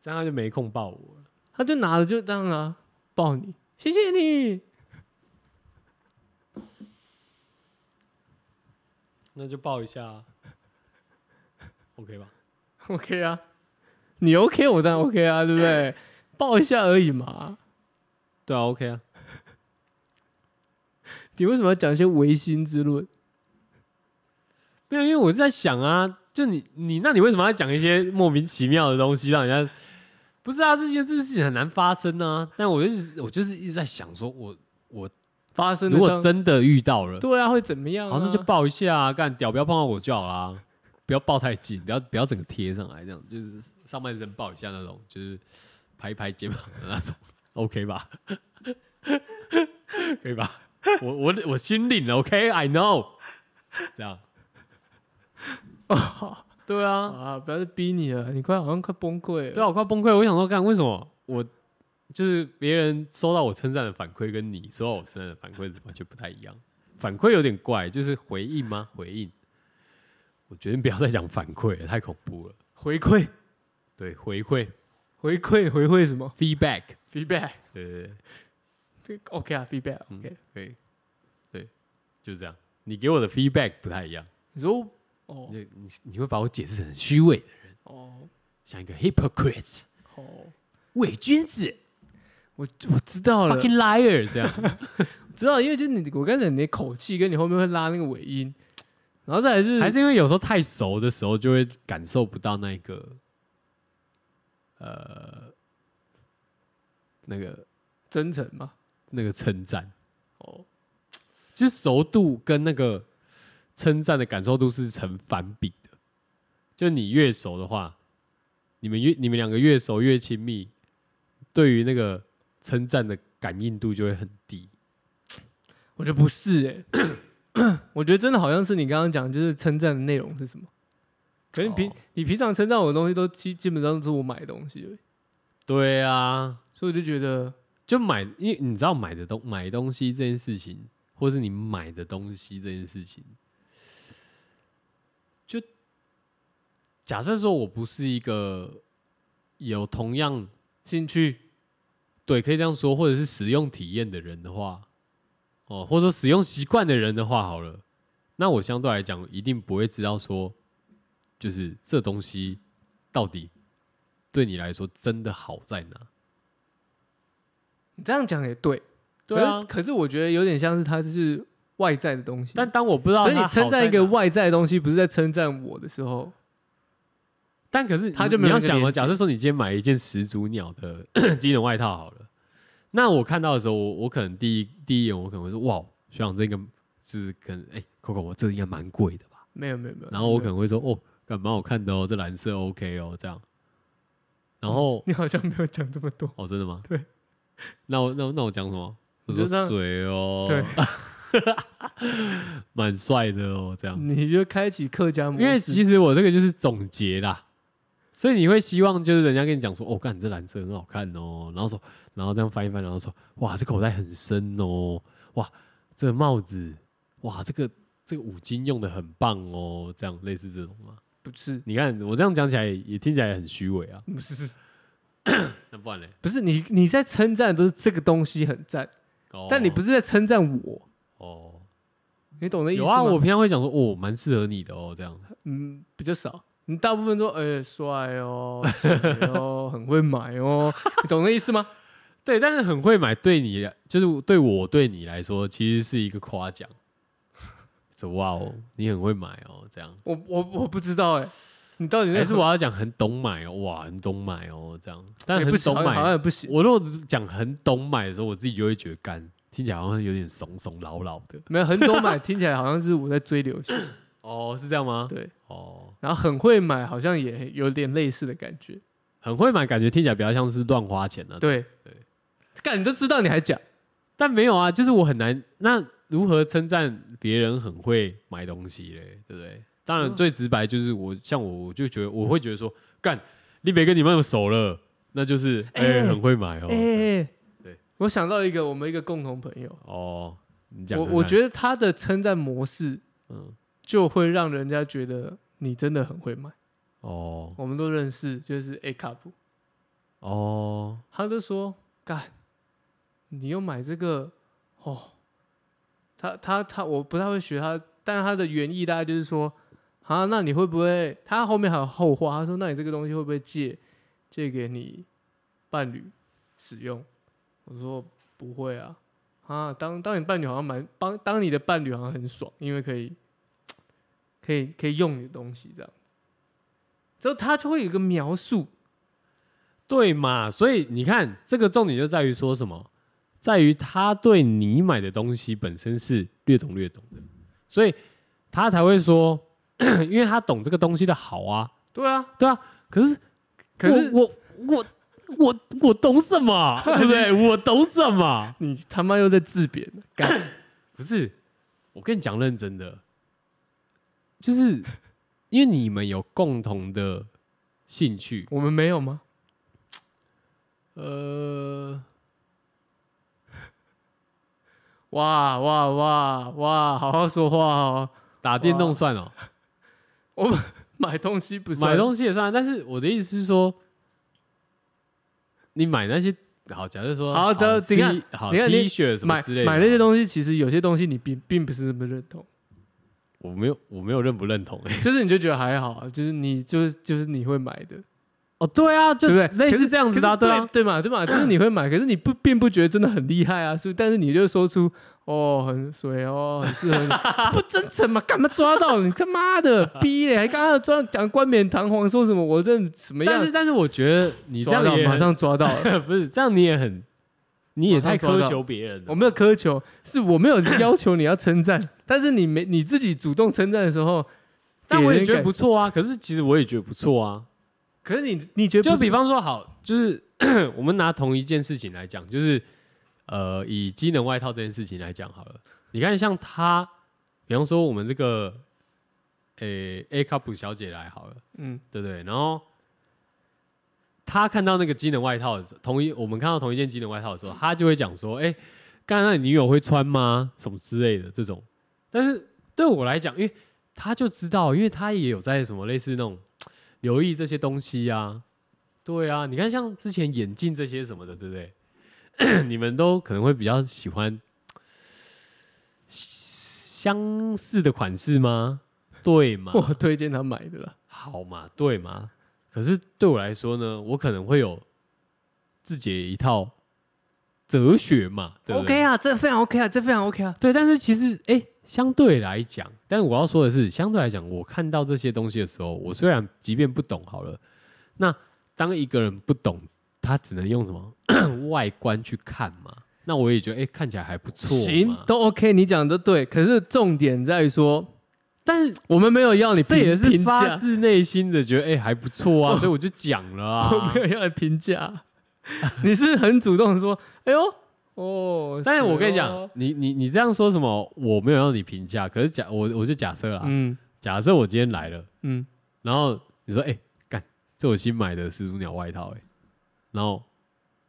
[SPEAKER 1] 这样他就没空抱我了。
[SPEAKER 2] 他就拿了就这样啊，抱你，谢谢你，
[SPEAKER 1] 那就抱一下啊，OK 吧？
[SPEAKER 2] OK 啊，你 OK 我当然 OK 啊，对不对？抱一下而已嘛，
[SPEAKER 1] 对啊，OK 啊，
[SPEAKER 2] 你为什么要讲一些唯心之论？
[SPEAKER 1] 没有，因为我是在想啊，就你你那你为什么要讲一些莫名其妙的东西，让人家不是啊？这件事情很难发生啊。但我就是我就是一直在想说我，我
[SPEAKER 2] 发生的
[SPEAKER 1] 如果
[SPEAKER 2] 当
[SPEAKER 1] 真的遇到了，
[SPEAKER 2] 对啊，会怎么样、啊？
[SPEAKER 1] 好，那就抱一下啊，干屌，不要碰到我就好啦，不要抱太紧，不要不要整个贴上来，这样就是上半身抱一下那种，就是拍一拍肩膀的那种 ，OK 吧？可以吧？我我我心领了，OK，I、know，这 样，
[SPEAKER 2] 哦好
[SPEAKER 1] 对啊，
[SPEAKER 2] 啊，不要再逼你了，你快好像快崩溃了。
[SPEAKER 1] 对啊，我快崩溃，我想说，干为什么我就是别人收到我称赞的反馈，跟你收到我称赞的反馈完全不太一样。反馈有点怪，就是回应吗？回应，我决定不要再讲反馈了，太恐怖了。
[SPEAKER 2] 回馈，
[SPEAKER 1] 对，回馈
[SPEAKER 2] 回馈，回馈什么
[SPEAKER 1] feedback，
[SPEAKER 2] ？feedback，
[SPEAKER 1] 对对对，
[SPEAKER 2] 对，OK 啊，feedback，OK、
[SPEAKER 1] 嗯可以，对，就是这样。你给我的 feedback 不太一样，
[SPEAKER 2] 你说，哦
[SPEAKER 1] 你你你会把我解释成很虚伪的人，
[SPEAKER 2] 哦
[SPEAKER 1] 像一个 hypocrite
[SPEAKER 2] 哦，
[SPEAKER 1] 伪君子
[SPEAKER 2] 我我知道了，
[SPEAKER 1] fucking liar 这样。
[SPEAKER 2] 知道，因为就是你，我刚才讲你的口气跟你后面会拉那个尾音， 然后再来是
[SPEAKER 1] 还是因为有时候太熟的时候，就会感受不到那个，呃，那个
[SPEAKER 2] 真诚嘛？
[SPEAKER 1] 那个称赞，
[SPEAKER 2] 哦，
[SPEAKER 1] 其实熟度跟那个称赞的感受度是成反比的。就你越熟的话，你们越你们两个越熟越亲密，对于那个称赞的感应度就会很低。
[SPEAKER 2] 我觉得不是哎、 我觉得真的好像是你刚刚讲，就是称赞的内容是什么？可能你平、
[SPEAKER 1] 哦
[SPEAKER 2] 你平常称赞我的东西都基基本上都是我买的东西而已，
[SPEAKER 1] 对啊，
[SPEAKER 2] 所以我就觉得
[SPEAKER 1] 就买，因为你知道买的东买东西这件事情，或是你买的东西这件事情，就假设说我不是一个有同样
[SPEAKER 2] 兴趣
[SPEAKER 1] 对可以这样说，或者是使用体验的人的话，哦，或者说使用习惯的人的话，好了，那我相对来讲一定不会知道说，就是这东西到底对你来说真的好在哪。
[SPEAKER 2] 你这样讲也对，
[SPEAKER 1] 对啊
[SPEAKER 2] 可是，可是我觉得有点像是它是外在的东西，
[SPEAKER 1] 但当我不知道
[SPEAKER 2] 所
[SPEAKER 1] 它好
[SPEAKER 2] 以
[SPEAKER 1] 在哪，
[SPEAKER 2] 你称赞一个外在的东西，不是在称赞我的时候，
[SPEAKER 1] 但可是
[SPEAKER 2] 他
[SPEAKER 1] 你
[SPEAKER 2] 就没
[SPEAKER 1] 你
[SPEAKER 2] 有
[SPEAKER 1] 要
[SPEAKER 2] 那个
[SPEAKER 1] 想哦，
[SPEAKER 2] 连接
[SPEAKER 1] 假设说你今天买了一件始祖鸟的 机能外套好了，那我看到的时候，我我可能第一第一眼我可能会说哇，学长这个是跟哎、Coco 我这应该蛮贵的吧？
[SPEAKER 2] 没有没有没有。
[SPEAKER 1] 然后我可
[SPEAKER 2] 没有
[SPEAKER 1] 能会说哦，干蛮好看的哦，这蓝色 OK 哦这样。然后
[SPEAKER 2] 你好像没有讲这么多，
[SPEAKER 1] 哦，真的吗？
[SPEAKER 2] 嗯对。
[SPEAKER 1] 那我那我那我讲什么？我
[SPEAKER 2] 你
[SPEAKER 1] 说
[SPEAKER 2] 就这样
[SPEAKER 1] 水哦，
[SPEAKER 2] 对，
[SPEAKER 1] 蛮帅的哦，这样。
[SPEAKER 2] 你就开启客家模式，
[SPEAKER 1] 因为其实我这个就是总结啦，所以你会希望就是人家跟你讲说，哦，干你这蓝色很好看哦，然后说，然后这样翻一翻，然后说，哇，这口袋很深哦，哇，这个帽子，哇，这个这个五金用的很棒哦，这样类似这种嘛。
[SPEAKER 2] 不是
[SPEAKER 1] 你看我这样讲起来也也听起来很虚伪啊，
[SPEAKER 2] 不是
[SPEAKER 1] 那不然嘞？
[SPEAKER 2] 不是你你在称赞都是这个东西很赞，
[SPEAKER 1] 哦
[SPEAKER 2] 但你不是在称赞我，
[SPEAKER 1] 哦，
[SPEAKER 2] 你懂的意思
[SPEAKER 1] 有
[SPEAKER 2] 吗？
[SPEAKER 1] 啊，我平常会讲说，哦，蛮适合你的哦，这样。
[SPEAKER 2] 嗯比较少，你大部分都哎帅 哦，帅哦很会买哦，你懂的意思吗？
[SPEAKER 1] 对，但是很会买，对你来就是对我对你来说，其实是一个夸奖。说哇哦，你很会买哦，这样。
[SPEAKER 2] 我我我不知道哎、你到底那
[SPEAKER 1] 还是我要讲很懂买哦，哇，很懂买哦，这样。但
[SPEAKER 2] 也
[SPEAKER 1] 很
[SPEAKER 2] 哎不行，
[SPEAKER 1] 懂
[SPEAKER 2] 好像好像
[SPEAKER 1] 买，
[SPEAKER 2] 也不行，
[SPEAKER 1] 我如果讲很懂买的时候，我自己就会觉得干，听起来好像有点怂怂老老的。
[SPEAKER 2] 没有很懂 买，听起来好像是我在追流行，
[SPEAKER 1] 哦，是这样吗？
[SPEAKER 2] 对，
[SPEAKER 1] 哦，
[SPEAKER 2] 然后很会买，好像也有点类似的感觉，
[SPEAKER 1] 很会买，感觉听起来比较像是乱花钱啊。，
[SPEAKER 2] 对
[SPEAKER 1] 对，
[SPEAKER 2] 干你都知道你还讲，
[SPEAKER 1] 但没有啊，就是我很难。那如何称赞别人很会买东西嘞？对不对？当然
[SPEAKER 2] 嗯
[SPEAKER 1] 最直白就是我，像我，我就觉得我会觉得说，干，你没跟你那么熟了，那就是哎、
[SPEAKER 2] 哎
[SPEAKER 1] 很会买哦。
[SPEAKER 2] 哎、哎哎
[SPEAKER 1] 对，
[SPEAKER 2] 我想到一个我们一个共同朋友，
[SPEAKER 1] 哦，你讲
[SPEAKER 2] 我
[SPEAKER 1] 看看，
[SPEAKER 2] 我觉得他的称赞模式
[SPEAKER 1] 嗯，
[SPEAKER 2] 就会让人家觉得你真的很会买。
[SPEAKER 1] 哦
[SPEAKER 2] 我们都认识，就是 A cup，
[SPEAKER 1] 哦，
[SPEAKER 2] 他就说干，你又买这个哦，他他他，我不太会学他，但他的原意大概就是说啊，那你会不会？他后面还有后话，他说那你这个东西会不会借借给你伴侣使用？我说不会啊，啊，当当你伴侣好像蛮帮当你的伴侣好像很爽，因为可以可以可以用你的东西这样子，之后他就会有一个描述，
[SPEAKER 1] 对嘛？所以你看，这个重点就在于说什么，在于他对你买的东西本身是略懂略懂的，所以他才会说， 因为他懂这个东西的好啊，
[SPEAKER 2] 对啊，
[SPEAKER 1] 对啊。可是，
[SPEAKER 2] 可是
[SPEAKER 1] 我我我我我懂什 么？对不对？我懂什么？
[SPEAKER 2] 你他妈又在自贬了，干
[SPEAKER 1] 不是，我跟你讲认真的，就是因为你们有共同的兴趣，
[SPEAKER 2] 我们没有吗？
[SPEAKER 1] 呃，
[SPEAKER 2] 哇哇哇哇，好好说话哦，
[SPEAKER 1] 打电动算哦，
[SPEAKER 2] 买东西不是
[SPEAKER 1] 买东西也算，但是我的意思是说，你买那些好，假设说
[SPEAKER 2] 好等
[SPEAKER 1] ，T
[SPEAKER 2] 你看
[SPEAKER 1] 好
[SPEAKER 2] 你看
[SPEAKER 1] T
[SPEAKER 2] 你
[SPEAKER 1] 恤什么
[SPEAKER 2] 买
[SPEAKER 1] 之类的，啊
[SPEAKER 2] 买那些东西，其实有些东西你并并不是那么认同，
[SPEAKER 1] 我没有我没有认不认同哎、
[SPEAKER 2] 就是你就觉得还好啊，就是你就是就是你会买的，
[SPEAKER 1] 哦，对啊，就
[SPEAKER 2] 对不对？
[SPEAKER 1] 类
[SPEAKER 2] 可
[SPEAKER 1] 似
[SPEAKER 2] 是
[SPEAKER 1] 这样子的啊，
[SPEAKER 2] 可
[SPEAKER 1] 对
[SPEAKER 2] 是
[SPEAKER 1] 啊，
[SPEAKER 2] 对嘛对嘛，就是你 会买，可是你不并不觉得真的很厉害啊，是不是？但是你就说出哦很水哦，很适 合你，这不真诚嘛？干嘛抓到你他妈的逼嘞？还刚刚抓讲冠冕堂皇说什么我这什么
[SPEAKER 1] 但
[SPEAKER 2] 样
[SPEAKER 1] 是？但是我觉得你这
[SPEAKER 2] 抓
[SPEAKER 1] 样
[SPEAKER 2] 到
[SPEAKER 1] 也
[SPEAKER 2] 马上抓到了。
[SPEAKER 1] 不是这样你也很你也
[SPEAKER 2] 马上
[SPEAKER 1] 太
[SPEAKER 2] 抓
[SPEAKER 1] 苛
[SPEAKER 2] 到
[SPEAKER 1] 求别人了，
[SPEAKER 2] 我没有苛求，是我没有要求你要称赞，但是你没你自己主动称赞的时候，
[SPEAKER 1] 但
[SPEAKER 2] 给
[SPEAKER 1] 我也
[SPEAKER 2] 人
[SPEAKER 1] 觉得
[SPEAKER 2] 感
[SPEAKER 1] 不，错啊。可是其实我也觉得不错啊。
[SPEAKER 2] 可是你你觉得
[SPEAKER 1] 就
[SPEAKER 2] 不
[SPEAKER 1] 比方说，好，就是 我们拿同一件事情来讲，就是呃，以机能外套这件事情来讲好了。你看，像她，比方说我们这个诶、A cup 小姐来好了，
[SPEAKER 2] 嗯
[SPEAKER 1] 对不对？然后她看到那个机能外套的时候，同一我们看到同一件机能外套的时候，她就会讲说：“哎、刚才那你女友会穿吗？什么之类的这种。”但是对我来讲，因为她就知道，因为她也有在什么类似那种留意这些东西啊。对啊，你看像之前眼镜这些什么的，对不对？你们都可能会比较喜欢相似的款式吗？对嘛？
[SPEAKER 2] 我推荐他买的啦，
[SPEAKER 1] 好嘛，对嘛？可是对我来说呢，我可能会有自己的一套哲学嘛，对不对
[SPEAKER 2] 啊，这非常 OK 啊，这非常 OK 啊，
[SPEAKER 1] 对，但是其实哎、诶相对来讲，但是我要说的是，相对来讲，我看到这些东西的时候，我虽然即便不懂好了，那当一个人不懂，他只能用什么 外观去看嘛？那我也觉得哎、诶看起来还不错嘛，
[SPEAKER 2] 行都 OK，你讲的对，可是重点在于说，
[SPEAKER 1] 但是
[SPEAKER 2] 我们没有要你
[SPEAKER 1] 这
[SPEAKER 2] 评
[SPEAKER 1] 也是
[SPEAKER 2] 评
[SPEAKER 1] 发
[SPEAKER 2] 价，
[SPEAKER 1] 自内心的觉得哎、诶还不错 啊，所以我就讲了
[SPEAKER 2] 我
[SPEAKER 1] 啊
[SPEAKER 2] 没。有要你评 价，你是很主动地说，哎呦哦，
[SPEAKER 1] 但是我
[SPEAKER 2] 哦
[SPEAKER 1] 跟你讲，，你你你这样说什么，我没有让你评价。可是假我我就假设啦，
[SPEAKER 2] 嗯
[SPEAKER 1] 假设我今天来了，
[SPEAKER 2] 嗯，
[SPEAKER 1] 然后你说，哎、干，这我新买的始祖鸟外套、哎，然后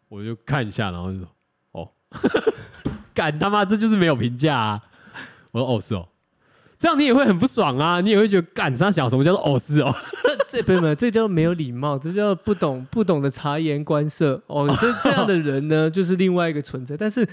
[SPEAKER 1] 我就看一下，然后就说，哦， 干他妈，这就是没有评价啊！我说，哦，是哦，这样你也会很不爽啊，你也会觉得，干，他想什么叫做哦是哦，
[SPEAKER 2] 这不不，这叫没有礼貌，这叫不懂不懂得察言观色哦。这这样的人呢， 就是另外一个存在。但是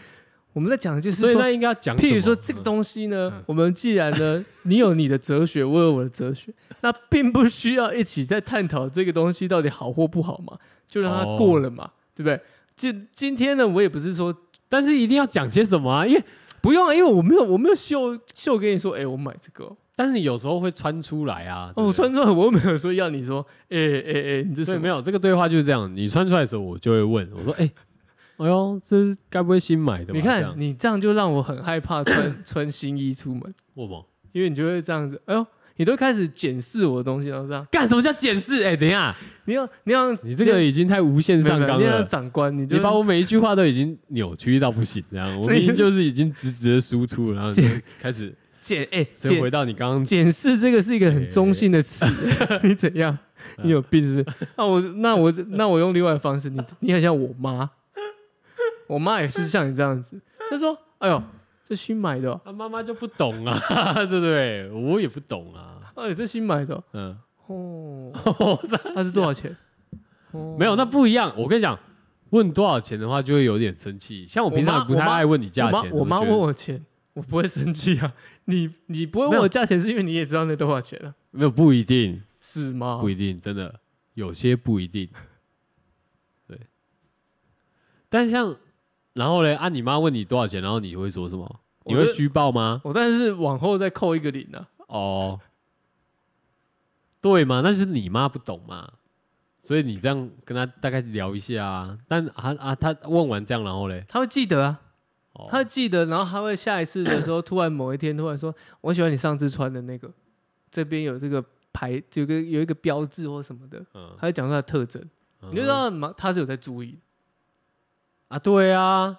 [SPEAKER 2] 我们在讲的就是
[SPEAKER 1] 所以那
[SPEAKER 2] 说，
[SPEAKER 1] 应该要讲什么，
[SPEAKER 2] 譬如说这个
[SPEAKER 1] 嗯
[SPEAKER 2] 东西呢，
[SPEAKER 1] 嗯
[SPEAKER 2] 我们既然 呢，你有你的哲学，我有我的哲学，那并不需要一起在探讨这个东西到底好或不好嘛，就让它
[SPEAKER 1] 哦
[SPEAKER 2] 过了嘛，对不对？今今天呢，我也不是说
[SPEAKER 1] 但是一定要讲些什么啊，因为
[SPEAKER 2] 不用啊，因为我没有我没有秀秀给你说，哎、我买这个哦、
[SPEAKER 1] 但是你有时候会穿出来啊，对不
[SPEAKER 2] 哦，我
[SPEAKER 1] 对
[SPEAKER 2] 穿出来，我又没有说要你说，哎哎哎，你这
[SPEAKER 1] 所
[SPEAKER 2] 什
[SPEAKER 1] 以
[SPEAKER 2] 么
[SPEAKER 1] 没有这个对话就是这样，你穿出来的时候，我就会问我说：“哎、 哎呦，这是该不会新买的吧？”
[SPEAKER 2] 你
[SPEAKER 1] 这
[SPEAKER 2] 看，
[SPEAKER 1] 样
[SPEAKER 2] 你这样就让我很害怕穿 穿新衣出门，
[SPEAKER 1] 我吗？
[SPEAKER 2] 因为你就会这样子，哎呦，你都开始检视我的东西，然后这样，
[SPEAKER 1] 干什么叫检视？哎、等一下，
[SPEAKER 2] 你要你要
[SPEAKER 1] 你这个已经太无限
[SPEAKER 2] 没有
[SPEAKER 1] 上
[SPEAKER 2] 没有
[SPEAKER 1] 纲
[SPEAKER 2] 你要
[SPEAKER 1] 了，
[SPEAKER 2] 长官，你
[SPEAKER 1] 你
[SPEAKER 2] 就
[SPEAKER 1] 把我每一句话都已经扭曲到不行， 这样我明明就是已经直直的输出，然后你就开始
[SPEAKER 2] 检哎
[SPEAKER 1] 再回
[SPEAKER 2] 检
[SPEAKER 1] 到你刚刚
[SPEAKER 2] 检视这个是一个很中性的词，你怎样？你有病是不是？那我那我那我用另外的方式，你你很像我妈，我妈也是像你这样子，她说，哎呦，这新买的哦，
[SPEAKER 1] 他妈妈就不懂啊， 对不对？我也不懂啊，
[SPEAKER 2] 哎，这新买的哦
[SPEAKER 1] 嗯，
[SPEAKER 2] 哦，
[SPEAKER 1] 我操
[SPEAKER 2] 它是多少钱？哦
[SPEAKER 1] 没有，那不一样。我跟你讲，问多少钱的话就会有点生气。像我平
[SPEAKER 2] 我妈
[SPEAKER 1] 常不太
[SPEAKER 2] 我妈
[SPEAKER 1] 爱问你价钱，
[SPEAKER 2] 我妈我妈
[SPEAKER 1] 觉得
[SPEAKER 2] 问我钱，我不会生气啊。你你不会
[SPEAKER 1] 没
[SPEAKER 2] 问
[SPEAKER 1] 有
[SPEAKER 2] 我价钱，是因为你也知道那多少钱了、
[SPEAKER 1] 没有不一定，
[SPEAKER 2] 是吗？
[SPEAKER 1] 不一定，真的有些不一定。 对，但像然后嘞，啊，你妈问你多少钱，然后你会说什么？
[SPEAKER 2] 我
[SPEAKER 1] 你会
[SPEAKER 2] 是
[SPEAKER 1] 虚报吗？
[SPEAKER 2] 我但是往后再扣一个零啊。
[SPEAKER 1] 哦，对嘛，那是你妈不懂嘛，所以你这样跟她大概聊一下啊。但啊啊，她问完这样，然后嘞，
[SPEAKER 2] 他会记得啊，
[SPEAKER 1] 哦
[SPEAKER 2] 他会记得，然后他会下一次的时候，突然某一天突然说：“我喜欢你上次穿的那个，这边有这个牌，有个有一个标志或什么的。”
[SPEAKER 1] 嗯，
[SPEAKER 2] 他会讲出他的特征，你就知道嘛他是有在注意的。
[SPEAKER 1] 啊，对啊，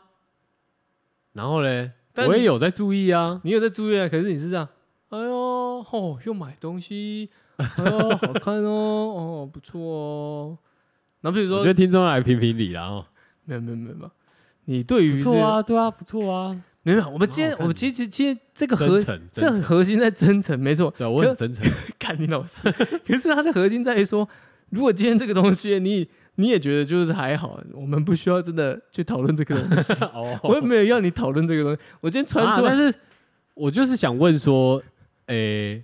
[SPEAKER 1] 然后嘞，
[SPEAKER 2] 但
[SPEAKER 1] 我也有在注意啊，
[SPEAKER 2] 你有在注意啊，可是你是这样，哎呦，哦，又买东西，哎 呦，好看哦，哦，不错哦。然后比如
[SPEAKER 1] 我
[SPEAKER 2] 说
[SPEAKER 1] 觉，得听众来评评理啦哦，
[SPEAKER 2] 没有没有没有没有，你对于
[SPEAKER 1] 不错啊，对啊，不错啊，
[SPEAKER 2] 这，没有没有，我们今天
[SPEAKER 1] 蛮好看的
[SPEAKER 2] 我们其实今天这个核
[SPEAKER 1] 真诚，
[SPEAKER 2] 这
[SPEAKER 1] 真
[SPEAKER 2] 个
[SPEAKER 1] 诚，
[SPEAKER 2] 核心在真诚，没错，
[SPEAKER 1] 对啊我很真诚，
[SPEAKER 2] 看你老师。可是它的核心在于说，如果今天这个东西你你也觉得就是还好，我们不需要真的去讨论这个东西。
[SPEAKER 1] 哦，
[SPEAKER 2] 我也没有要你讨论这个东西，我今天穿出
[SPEAKER 1] 啊但
[SPEAKER 2] 来，
[SPEAKER 1] 是我就是想问说，诶、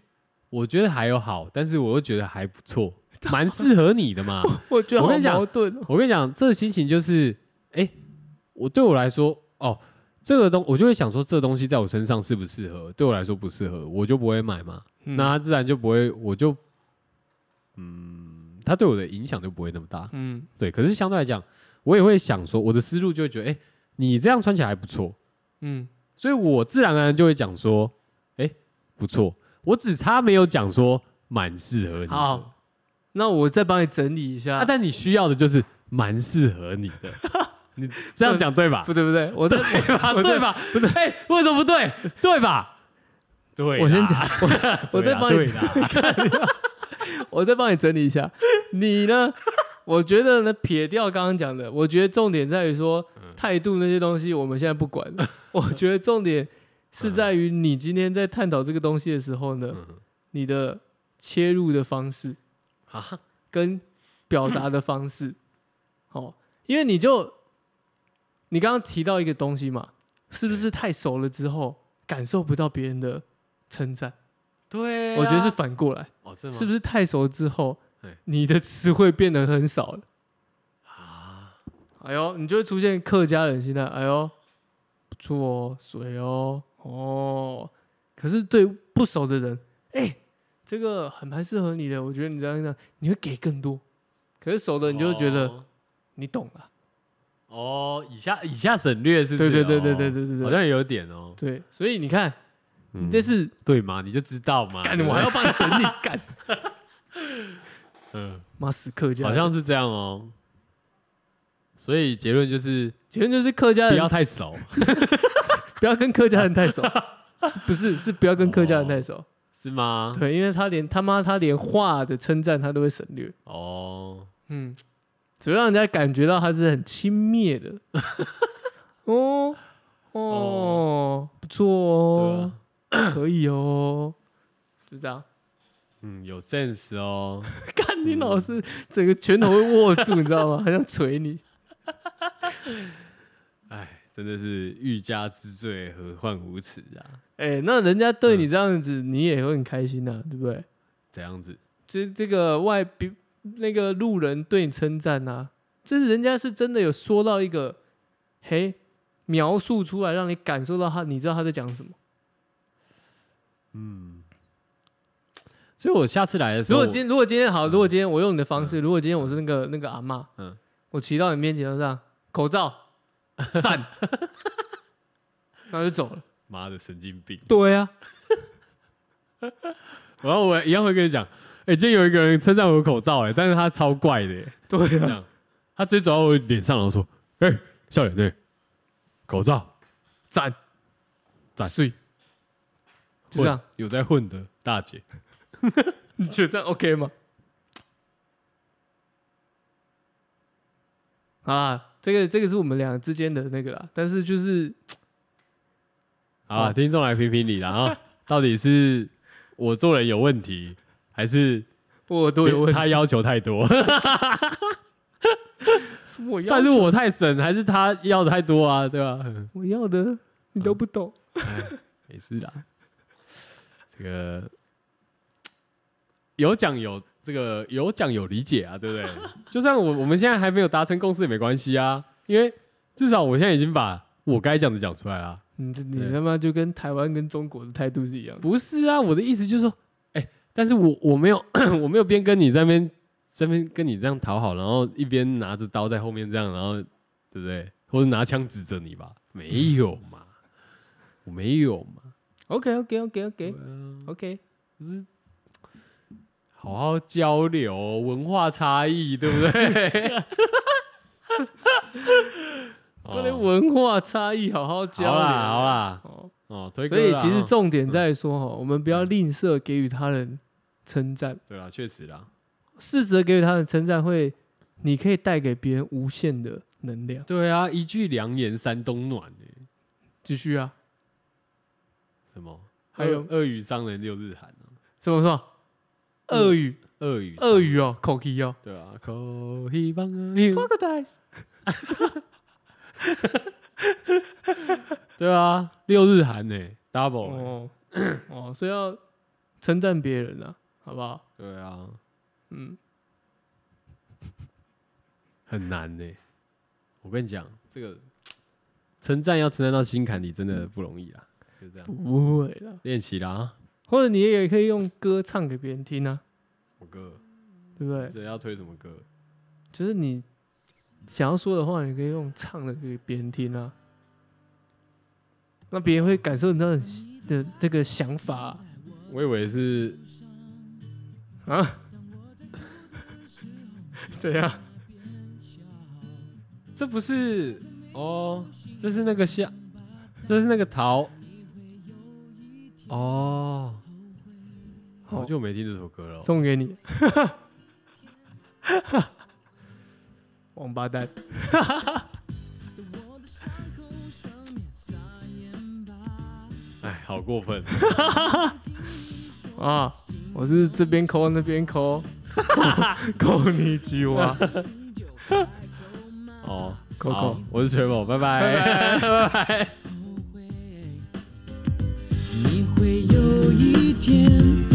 [SPEAKER 1] 我觉得还有好，但是我又觉得还不错，蛮适合你的嘛。
[SPEAKER 2] 我觉得
[SPEAKER 1] 我
[SPEAKER 2] 好
[SPEAKER 1] 跟你讲
[SPEAKER 2] 矛盾哦。
[SPEAKER 1] 我跟你讲，这个心情就是，哎、我对我来说，哦，这个东我就会想说，这东西在我身上适不适合？对我来说不适合，我就不会买嘛。
[SPEAKER 2] 嗯
[SPEAKER 1] 那它自然就不会，我就，嗯，它对我的影响就不会那么大。
[SPEAKER 2] 嗯，
[SPEAKER 1] 对，可是相对来讲，我也会想说，我的思路就会觉得，哎、你这样穿起来还不错，
[SPEAKER 2] 嗯，
[SPEAKER 1] 所以我自然而然就会讲说，哎、不错，我只差没有讲说蛮适合你的。啊
[SPEAKER 2] 好，那我再帮你整理一下。
[SPEAKER 1] 啊，但你需要的就是蛮适合你 的，你这样讲对吧？
[SPEAKER 2] 不对不对，我再
[SPEAKER 1] 对吧？
[SPEAKER 2] 我再
[SPEAKER 1] 对吧？不对，哎，为什么不对？对吧？对啦，
[SPEAKER 2] 我先讲
[SPEAKER 1] 对啦，
[SPEAKER 2] 我再帮你
[SPEAKER 1] 对啦
[SPEAKER 2] 我再帮你整理一下。你呢？我觉得呢，撇掉刚刚讲的，我觉得重点在于说态度那些东西，我们现在不管。我觉得重点是在于你今天在探讨这个东西的时候呢，
[SPEAKER 1] 嗯
[SPEAKER 2] 你的切入的方式
[SPEAKER 1] 啊，
[SPEAKER 2] 跟表达的方式。哦，因为你就你刚刚提到一个东西嘛，是不是太熟了之后感受不到别人的称赞？
[SPEAKER 1] 对啊，
[SPEAKER 2] 我觉得是反过来。
[SPEAKER 1] 哦，是吗？
[SPEAKER 2] 是
[SPEAKER 1] 是
[SPEAKER 2] 不是太熟之后
[SPEAKER 1] 哎，
[SPEAKER 2] 你的词汇变得很少了？
[SPEAKER 1] 啊？
[SPEAKER 2] 哎呦，你就会出现客家人心态。哎呦，不错哦，水哦，哦。可是对不熟的人，哎，这个很蛮适合你的，我觉得你这样讲，你会给更多。可是熟的你就会觉得
[SPEAKER 1] 哦
[SPEAKER 2] 你懂了，
[SPEAKER 1] 哦，以下以下省略是不
[SPEAKER 2] 对
[SPEAKER 1] 是？
[SPEAKER 2] 对对对
[SPEAKER 1] 哦
[SPEAKER 2] 对对对
[SPEAKER 1] 好
[SPEAKER 2] 对
[SPEAKER 1] 像有点哦。
[SPEAKER 2] 对，所以你看，
[SPEAKER 1] 嗯哎
[SPEAKER 2] 这是
[SPEAKER 1] 对嘛？你就知道嘛？
[SPEAKER 2] 干，
[SPEAKER 1] 对不
[SPEAKER 2] 我还
[SPEAKER 1] 对
[SPEAKER 2] 要帮你整理干，
[SPEAKER 1] 嗯，
[SPEAKER 2] 妈死客家人，
[SPEAKER 1] 好像是这样哦。所以结论就是
[SPEAKER 2] 结论就是客家
[SPEAKER 1] 不
[SPEAKER 2] 人
[SPEAKER 1] 要太 熟，
[SPEAKER 2] 不要跟客家人太熟，是不是是不要跟客家人太熟。
[SPEAKER 1] 是吗？
[SPEAKER 2] 对，因为他连他妈他连话的称赞他都会省略，
[SPEAKER 1] 哦，
[SPEAKER 2] 嗯，只会让人家感觉到他是很轻蔑 的。哦哦
[SPEAKER 1] 哦，
[SPEAKER 2] 不错
[SPEAKER 1] 对
[SPEAKER 2] 哦
[SPEAKER 1] 啊，，
[SPEAKER 2] 可以哦，就 这样。
[SPEAKER 1] 嗯，有 sense 哦。
[SPEAKER 2] 看你老师整个拳头会握住，你知道吗？还想捶你。
[SPEAKER 1] 哎，真的是欲加之罪，何患无辞啊！
[SPEAKER 2] 哎，那人家对你这样子，你也会很开心呐，对不对？
[SPEAKER 1] 这样子，
[SPEAKER 2] 这这个外比那个路人对你称赞呐，这是人家是真的有说到一个，嘿，描述出来让你感受到他，你知道他在讲什么。
[SPEAKER 1] 所以我下次来的时
[SPEAKER 2] 如
[SPEAKER 1] 候，
[SPEAKER 2] 果今如果今天好，如果今天我用你的方式，如果今天我是那个那个阿嬷，
[SPEAKER 1] 嗯
[SPEAKER 2] 我骑到你面前上口罩，赞， 然后就走了。
[SPEAKER 1] 妈的神经病，
[SPEAKER 2] 对啊，
[SPEAKER 1] 然后我一样会跟你讲，哎、今天有一个人称赞我的口罩、哎，但是他超怪的、哎
[SPEAKER 2] 对
[SPEAKER 1] 这
[SPEAKER 2] 啊，
[SPEAKER 1] 样，他直接走到我脸上，然后说，哎、笑脸对，口罩
[SPEAKER 2] 赞，
[SPEAKER 1] 赞
[SPEAKER 2] 碎，就这
[SPEAKER 1] 混
[SPEAKER 2] 样，
[SPEAKER 1] 有在混的大姐，
[SPEAKER 2] 你觉得这样 OK 吗？啊，这个这个是我们俩之间的那个啦，但是就是
[SPEAKER 1] 好啊，
[SPEAKER 2] 哦
[SPEAKER 1] 听众来评评理 啦啊，到底是我做人有问题，还是
[SPEAKER 2] 我都有问题，
[SPEAKER 1] 他要求太 多？
[SPEAKER 2] 是我要
[SPEAKER 1] 但是
[SPEAKER 2] 求
[SPEAKER 1] 我 太省，还是他要的太多啊？对吧？
[SPEAKER 2] 我要的你都不懂，
[SPEAKER 1] 哎没事啦。这个有讲有这个有讲有理解啊，对 不对？就算我我们现在还没有达成共识也没关系啊，因为至少我现在已经把我该讲的讲出来啦。
[SPEAKER 2] 嗯你这
[SPEAKER 1] 对
[SPEAKER 2] 你他妈就跟台湾跟中国的态度是一样的。
[SPEAKER 1] 不是啊，我的意思就是说，哎、但是我我没有 我没有边跟你在那边在那边跟你这样讨好，然后一边拿着刀在后面这样，然后对不对？或者拿枪指着你吧？没有嘛，我没有嘛，
[SPEAKER 2] OK OK OK
[SPEAKER 1] 对
[SPEAKER 2] OK
[SPEAKER 1] 啊
[SPEAKER 2] OK，
[SPEAKER 1] 好好交流，文化差异，对不 对？哦
[SPEAKER 2] 关于文化差异，好好交流。
[SPEAKER 1] 好啦好啦，
[SPEAKER 2] 哦，
[SPEAKER 1] 哦，推歌
[SPEAKER 2] 所
[SPEAKER 1] 啦
[SPEAKER 2] 以其实
[SPEAKER 1] 哦
[SPEAKER 2] 重点在说哈，我们不要吝啬给予他人称赞，
[SPEAKER 1] 对啦，确实啦，
[SPEAKER 2] 适时地给予他人称赞会，你可以带给别人无限的能量。
[SPEAKER 1] 对啊，一句良言三冬暖、欸、
[SPEAKER 2] 继续啊，
[SPEAKER 1] 什么？
[SPEAKER 2] 还有
[SPEAKER 1] 恶语伤人六日寒啊，
[SPEAKER 2] 怎么说？
[SPEAKER 1] 嗯
[SPEAKER 2] 鳄鱼，
[SPEAKER 1] 恶语伤
[SPEAKER 2] 鳄鱼哦，口气哦。
[SPEAKER 1] 对啊，口一棒
[SPEAKER 2] 嗯
[SPEAKER 1] 啊，
[SPEAKER 2] Crocodiles，
[SPEAKER 1] 对啊，六日寒呢、d o u b l e 欸、
[SPEAKER 2] 哦哦，所以要称赞别人啊，好不好？
[SPEAKER 1] 对啊，
[SPEAKER 2] 嗯，
[SPEAKER 1] 很难呢、我跟你讲，这个称赞要称赞到心坎里，真的不容易啦。就这样，
[SPEAKER 2] 嗯不会啦，
[SPEAKER 1] 练习啦。啊
[SPEAKER 2] 或者你也可以用歌唱给别人听啊，
[SPEAKER 1] 我哥，
[SPEAKER 2] 对不对？
[SPEAKER 1] 这要推什么歌？
[SPEAKER 2] 就是你想要说的话，你可以用唱的给别人听啊，那别人会感受你到你的这个想法啊。
[SPEAKER 1] 我以为是
[SPEAKER 2] 啊怎样？
[SPEAKER 1] 这不是哦，这是那个夏，这是那个桃哦，好
[SPEAKER 2] 好，
[SPEAKER 1] 久没听这首歌了哦、
[SPEAKER 2] 送给你。 王八蛋！
[SPEAKER 1] 哎，好过分，
[SPEAKER 2] 啊，我是这边抠那边抠，抠你鸡 蛙，
[SPEAKER 1] 啊哦，
[SPEAKER 2] 扣
[SPEAKER 1] 好
[SPEAKER 2] 扣，
[SPEAKER 1] 我是 Travel，拜拜。
[SPEAKER 2] 拜拜拜拜。
[SPEAKER 3] 你会有一天